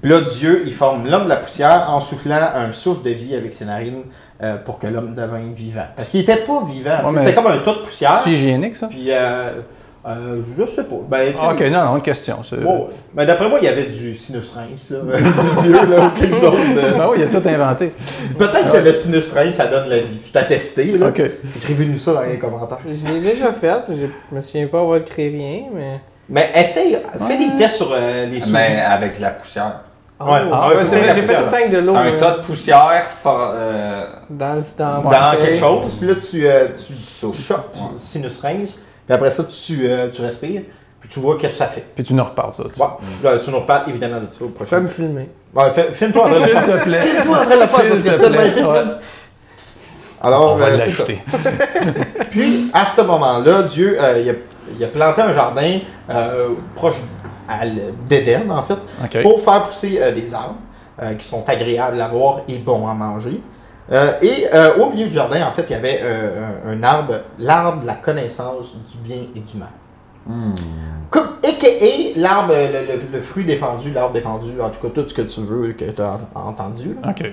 A: Puis là, Dieu, il forme l'homme de la poussière en soufflant un souffle de vie avec ses narines euh, pour que l'homme devienne vivant. Parce qu'il n'était pas vivant. tu sais,
B: Ouais,
A: C'était
B: mais-
A: comme un tas de poussière.
B: C'est hygiénique, ça?
A: Puis, euh, euh, je sais pas. Ben, tu-
B: Ah, OK, non, non, une question. c'est-
A: Ouais, ouais. Mais d'après moi, il y avait du sinus reins, là, du Dieu, là, ou quelque chose de.
B: Ben oui, il a tout inventé.
A: Peut-être que le sinus rein, ça donne la vie. Tu t'as testé, là.
B: OK.
A: Écrivez-nous ça dans les commentaires.
D: Je l'ai déjà fait, je me souviens pas avoir créé rien, mais.
A: Mais essaye, fais des tests sur euh, les souris.
C: Mais avec la poussière.
A: Ouais,
D: Ah,
A: ouais,
D: ouais,
A: faut
D: c'est
A: faire
D: vrai, j'ai fait
A: ça.
D: tout le temps avec de l'eau. euh,
C: C'est un
D: là.
C: tas de poussière for- euh,
D: Dans le dans,
A: Dans
D: ok.
A: quelque chose, puis là, tu, euh, tu shot,
C: Ouais.
A: sinus rein, puis après ça, tu, euh, tu respires, puis tu vois qu'est-ce que ça fait.
B: Puis tu nous reparles ça. tu-
A: Ouais, là, tu nous reparles évidemment de ça au
D: Je vais
A: prochain.
D: me filmer.
A: Ouais, fais- Filme-toi en train de
B: S'il
A: le faire.
B: te plaît.
A: Filme-toi en train de le faire, ça
B: S'il
A: serait
B: te
A: tellement
B: plaît.
A: épais.
B: Ouais.
A: Alors,
G: On va
A: euh, ben, c'est ça.
G: l'ajouter.
A: Puis, à ce moment-là, Dieu, euh, il, a, il a planté un jardin euh, proche à l- d'Éden, en fait,
B: OK.
A: pour faire pousser euh, des arbres euh, qui sont agréables à voir et bons à manger. Euh, et euh, au milieu du jardin, en fait, il y avait euh, un, un arbre, l'arbre de la connaissance du bien et du mal. Comme, AKA l'arbre, euh, le, le- le fruit défendu, l'arbre défendu, en tout cas tout ce que tu veux, que tu as entendu. là.
B: OK.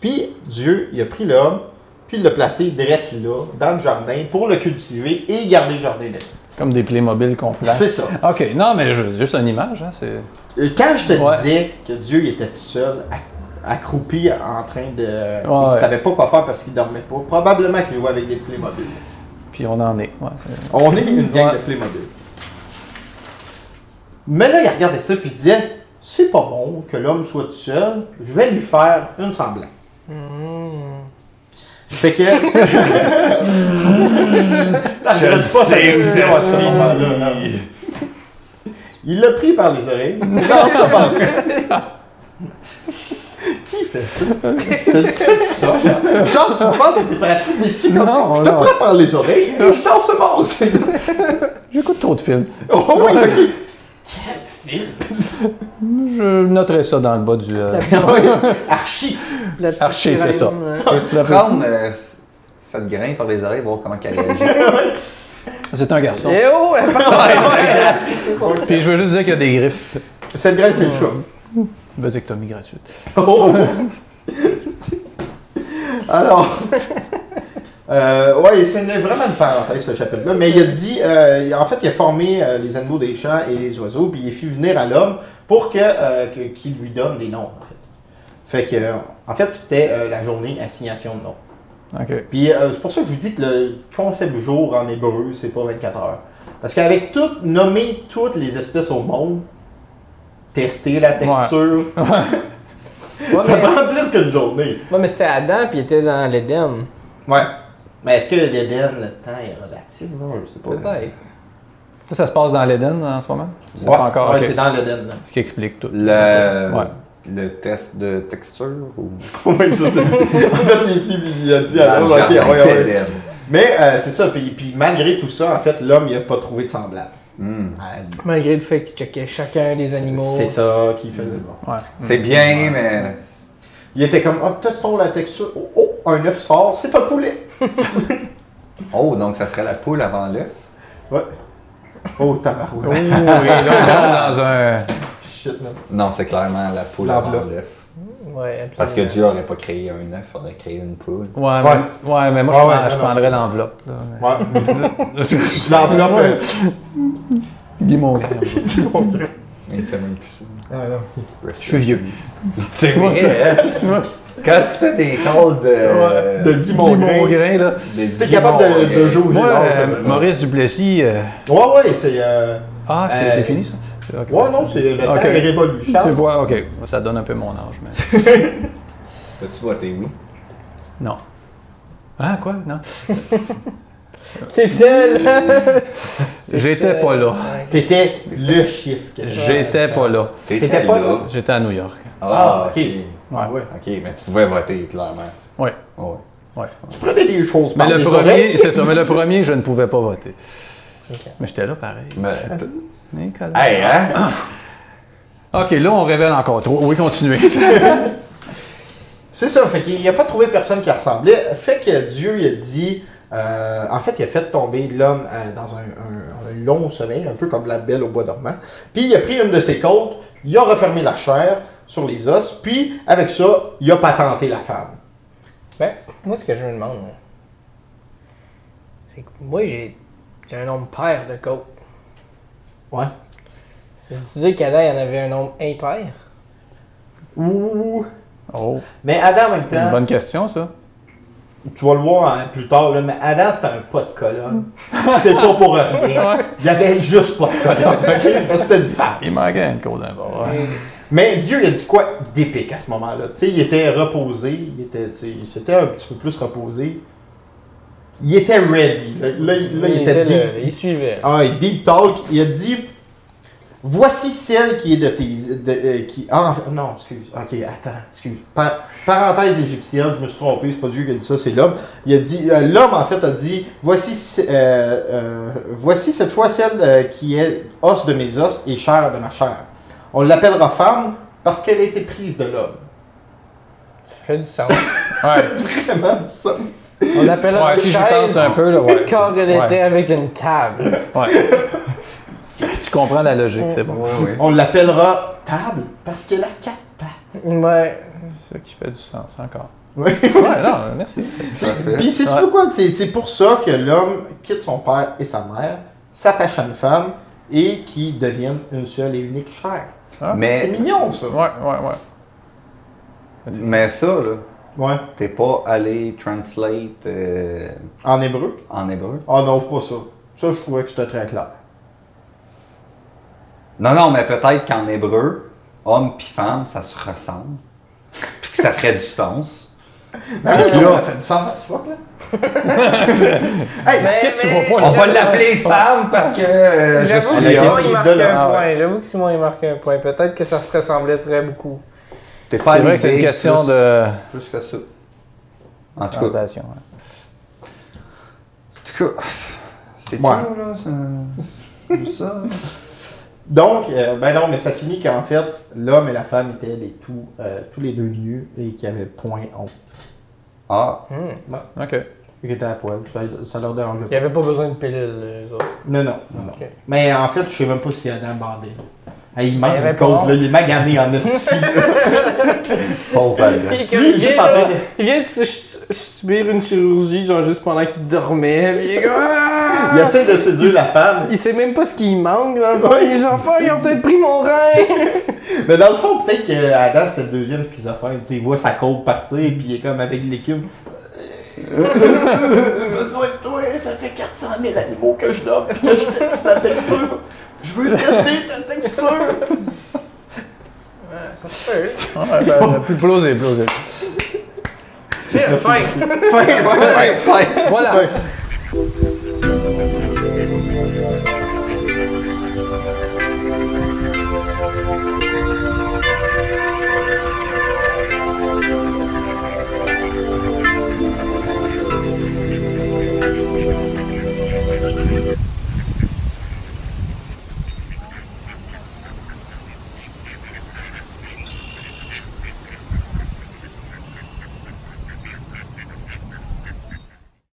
A: Puis Dieu, il a pris l'homme, puis il l'a placé direct là, dans le jardin, pour le cultiver et garder le jardin là.
B: Comme des Playmobil qu'on place.
A: C'est ça.
B: OK, non, mais je- juste une image. Hein, c'est...
A: Et Euh, Quand je te
B: Ouais.
A: disais que Dieu il était tout seul, acc- accroupi en train de. tu sais, qu'il
B: Ouais.
A: savait pas quoi faire parce qu'il dormait pas, probablement qu'il jouait avec des Playmobil.
B: Puis on en est. ouais, c'est-
A: On est une gang
B: Ouais.
A: de Playmobil. Mais là, il regardait ça puis il se disait C'est pas bon que l'homme soit tout seul, je vais lui faire une semblant.
B: Hmm.
A: Fait que.
E: Je sais que c'est
A: fini. Il l'a pris par les oreilles. Non, ça passe. Qui fait ça? T'as- Tu fais ça? Genre, Genre, tu me parles de tes pratiques d'études comme
B: Non,
A: Je te
B: non.
A: prends par les oreilles, je t'ensemence.
B: J'écoute trop de films.
A: oh oui, ok.
B: Je noterai ça dans le bas du. euh,
A: Archie.
D: La
A: Ah,
D: petite
B: Archer, c'est ça.
D: sirène, ouais.
C: Prendre euh, cette grain par les oreilles, voir comment elle réagit.
B: C'est un garçon.
D: Eh oh, elle parle-
B: Puis je veux juste dire qu'il y a des griffes.
A: Cette graine, c'est le chat.
B: Vasectomie gratuite.
A: Oh! Alors, euh, ouais, c'est une- vraiment une parenthèse, ce chapitre-là. Mais il a dit, euh, en fait, il a formé euh, les animaux des champs et les oiseaux, puis il fit venir à l'homme pour que, euh, que- qu'il lui donne des noms, en fait. Fait que, euh, en fait, c'était euh, la journée assignation de noms.
B: Ok.
A: Puis euh, c'est pour ça que je vous dis que le concept du jour en hébreu, c'est pas 24 heures. Parce qu'avec tout, nommer toutes les espèces au monde, tester la texture,
D: Ouais,
A: ça
D: mais-
A: prend plus qu'une journée.
D: Ouais, mais c'était Adam, puis il était dans l'Éden.
A: Ouais. Mais est-ce que l'Éden, le temps est relatif? Non, je sais pas.
D: Peut-être.
B: Ça, ça se passe dans l'Éden en ce moment? C'est
A: Ouais,
B: pas encore.
A: ouais,
B: ok.
A: c'est dans l'Éden. là.
B: Ce qui explique tout.
C: Le,
B: Ouais.
C: le test de texture ou.
A: Ouais, ça, c'est- en fait, il est venu puis il a dit à
C: Dans
A: l'homme,
C: le
A: ok,
C: jardin
A: ouais, ouais.
C: d'Éden.
A: Mais euh, c'est ça, puis, puis malgré tout ça, en fait, l'homme, il a pas trouvé de semblable.
C: Hmm.
A: Euh,
D: Malgré le fait qu'il checkait chacun des animaux.
A: C'est ça qui faisait bon.
C: C'est bien, mais.
A: Il était comme, oh, testons la texture. Oh, oh, un œuf sort, c'est un poulet.
C: Oh, donc ça serait la poule avant l'œuf.
A: Ouais. Oh, tabarouette.
B: Oui, là, on est dans un.
A: Shit, man.
C: Non, c'est clairement la poule avant
A: L'enveloppe.
C: l'œuf.
D: Ouais, absolument.
C: Parce que Dieu n'aurait pas créé un œuf, il aurait créé une poule.
B: Ouais, Mais, ouais, mais moi, je,
A: Ouais, ouais,
B: prends- je
A: non, non.
B: prendrais l'enveloppe. là, mais-
A: Ouais. L'enveloppe. euh,
C: Il fait même plus ça.
A: ah, non.
C: Rest
B: Je suis
C: in
B: vieux.
C: peace. C'est vrai, hein? Quand tu fais des calls de.
A: de Guy Mongrain.
B: Mongrain, là.
C: des
A: T'es
C: Guy
A: capable de,
C: Mongrain.
A: de jauger
B: Moi,
A: l'âge,
B: euh,
A: là.
B: Maurice Duplessis. euh,
A: Ouais, ouais, c'est. euh,
B: Ah, c'est
A: Euh,
B: c'est fini, ça? Ok.
A: Ouais, non, c'est le
B: Ok.
A: temps est révolu.
B: Tu
A: Charles.
B: vois, ok, ça donne un peu mon âge, mais.
C: T'as-tu voté oui?
B: Non. Ah, quoi? Non.
D: T'étais là!
B: J'étais pas là.
A: T'étais le chiffre. que-
B: J'étais pas là.
A: T'étais pas là?
B: J'étais à New York.
A: Ah,
C: Ah,
A: ok. Ah ouais.
C: Ok, mais tu pouvais voter, clairement.
B: Oui.
C: Ouais.
B: Ouais.
A: Tu prenais des choses
B: Mais
A: par
B: le
A: les
B: premier,
A: oreilles.
B: c'est ça, mais le premier, je ne pouvais pas voter. Mais j'étais là pareil.
A: Ah,
C: Mais. t-
B: Nicolas.
C: Hey, hein?
B: Ok, là, on révèle encore trop. Oui, continuez.
A: C'est ça, fait qu'il n'a pas trouvé personne qui ressemblait. Fait que Dieu il a dit. euh, en fait, il a fait tomber l'homme euh, dans un, un- un long sommeil, un peu comme la belle au bois dormant. Puis il a pris une de ses côtes, il a refermé la chair sur les os, puis avec ça, il a patenté la femme.
D: Ben, moi, ce que je me demande, là, c'est que moi, j'ai j'ai un nombre pair de côtes.
A: Ouais.
D: Tu disais qu'Adam, il y en avait un nombre impair.
A: Ouh.
B: Oh,
A: Mais Adam, en même
B: c'est une
A: temps,
B: bonne question, ça.
A: tu vas le voir hein, plus tard, là, mais Adam, c'était un pas de colonne. c'est pas pour rien. Il y avait juste pas de colonne, ok? Parce que c'était une femme.
B: Il m'a gagné une cour d'un bord. hein.
A: Mais Dieu, il a dit quoi d'épique à ce moment-là? Tu sais, il était reposé, il était, tu sais, il s'était un petit peu plus reposé. Il était ready. Là, là, il- là, il, était deep.
D: là, il suivait.
A: Ah, il deep talk. Il a dit Voici celle qui est de tes. de- euh, qui, ah, en- non, excuse. Ok, attends, excuse. Par- parenthèse égyptienne, je me suis trompé, c'est pas Dieu qui a dit ça, c'est l'homme. Il a dit euh, L'homme, en fait, a dit Voici, ce- euh, euh, voici cette fois celle euh, qui est os de mes os et chair de ma chair. On l'appellera femme parce qu'elle a été prise de l'homme.
D: Ça fait du sens.
A: Vraiment, ça.
D: On l'appelle
B: Ouais,
D: une
B: si j'y
D: chaise,
B: pense un peu, là, ouais.
D: car elle
B: Ouais.
D: était avec une table.
B: Ouais. Tu comprends la logique, c'est bon.
C: Ouais, ouais.
A: On l'appellera table parce qu'elle a quatre pattes.
D: Ouais.
B: C'est ça qui fait du sens encore.
A: Ouais.
B: Ouais, non, merci.
C: Parfait.
A: Puis c'est
B: Ouais.
A: tu quoi C'est c'est pour ça que l'homme quitte son père et sa mère, s'attache à une femme et qui deviennent une seule et unique chair. C'est
C: Mais,
A: mignon ça.
B: Ouais, ouais, ouais.
C: mais ça, là,
A: Ouais.
C: t'es pas allé translate euh,
A: En hébreu
C: en hébreu?
A: Ah non, pas ça. Ça je trouvais que c'était très clair.
C: Non, non, mais peut-être qu'en hébreu, homme puis femme, ça se ressemble. Puis que ça ferait du sens.
E: Mais je trouve
C: là-
E: que ça fait du sens à ce fuck, là. hey,
A: ben,
D: Mais-
E: fils, tu
D: mais-
E: vas pas.
C: On va l'appeler femme parce que euh, je
D: J'avoue
C: suis
D: que
E: la
D: Simon, il
E: reprise
D: marque
E: de
D: un
E: là.
D: point. J'avoue que Simon, il marque un point. Peut-être que ça se ressemblait très beaucoup.
C: T'es pas
B: C'est vrai que c'est une
C: arrivé
B: question
C: plus-
B: de
C: Plus que ça. En tout cas,
B: présentation. hein.
C: en tout cas, c'est
E: Ouais.
C: tout, là. ça- c'est ça.
A: Donc, euh, ben non, mais ça finit qu'en fait, l'homme et la femme étaient les tout, euh, tous les deux nus et qu'il y avait point honte.
C: Ah,
B: OK.
A: Ils étaient à poil, ça, ça leur dérangeait
D: Hmm. Il n'y avait pas besoin de pilule, les autres.
A: Non, non, non, non.
D: Ok.
A: Mais en fait, je sais même pas si Adam bandé. Hey, il manque
D: Il
A: une
D: répond.
A: côte, là. Il est magané en esti, là.
C: pauvre Adam.
D: Il,
A: Lui, il est
D: vient,
A: juste en train
D: de-
A: de-
D: il vient de su- su- subir une chirurgie, genre juste pendant qu'il dormait. puis il est comme, Ah!
A: Il essaie de séduire la femme.
D: Il sait même pas ce qu'il manque, dans le fond.
A: Ouais.
D: Il est genre, Ah, ils ont peut-être pris mon rein.
A: Mais dans le fond, peut-être que Adam, c'était le deuxième schizophrène. Tu sais, il voit sa côte partir, puis il est comme avec les cubes. J'ai besoin de toi, ça fait 400 000 animaux que je nomme, puis que je teste ta texture. Je veux tester ta texture.
B: Ouais, ben, plus plausible, plausible.
A: Fin, fin, fin, fin.
B: Voilà.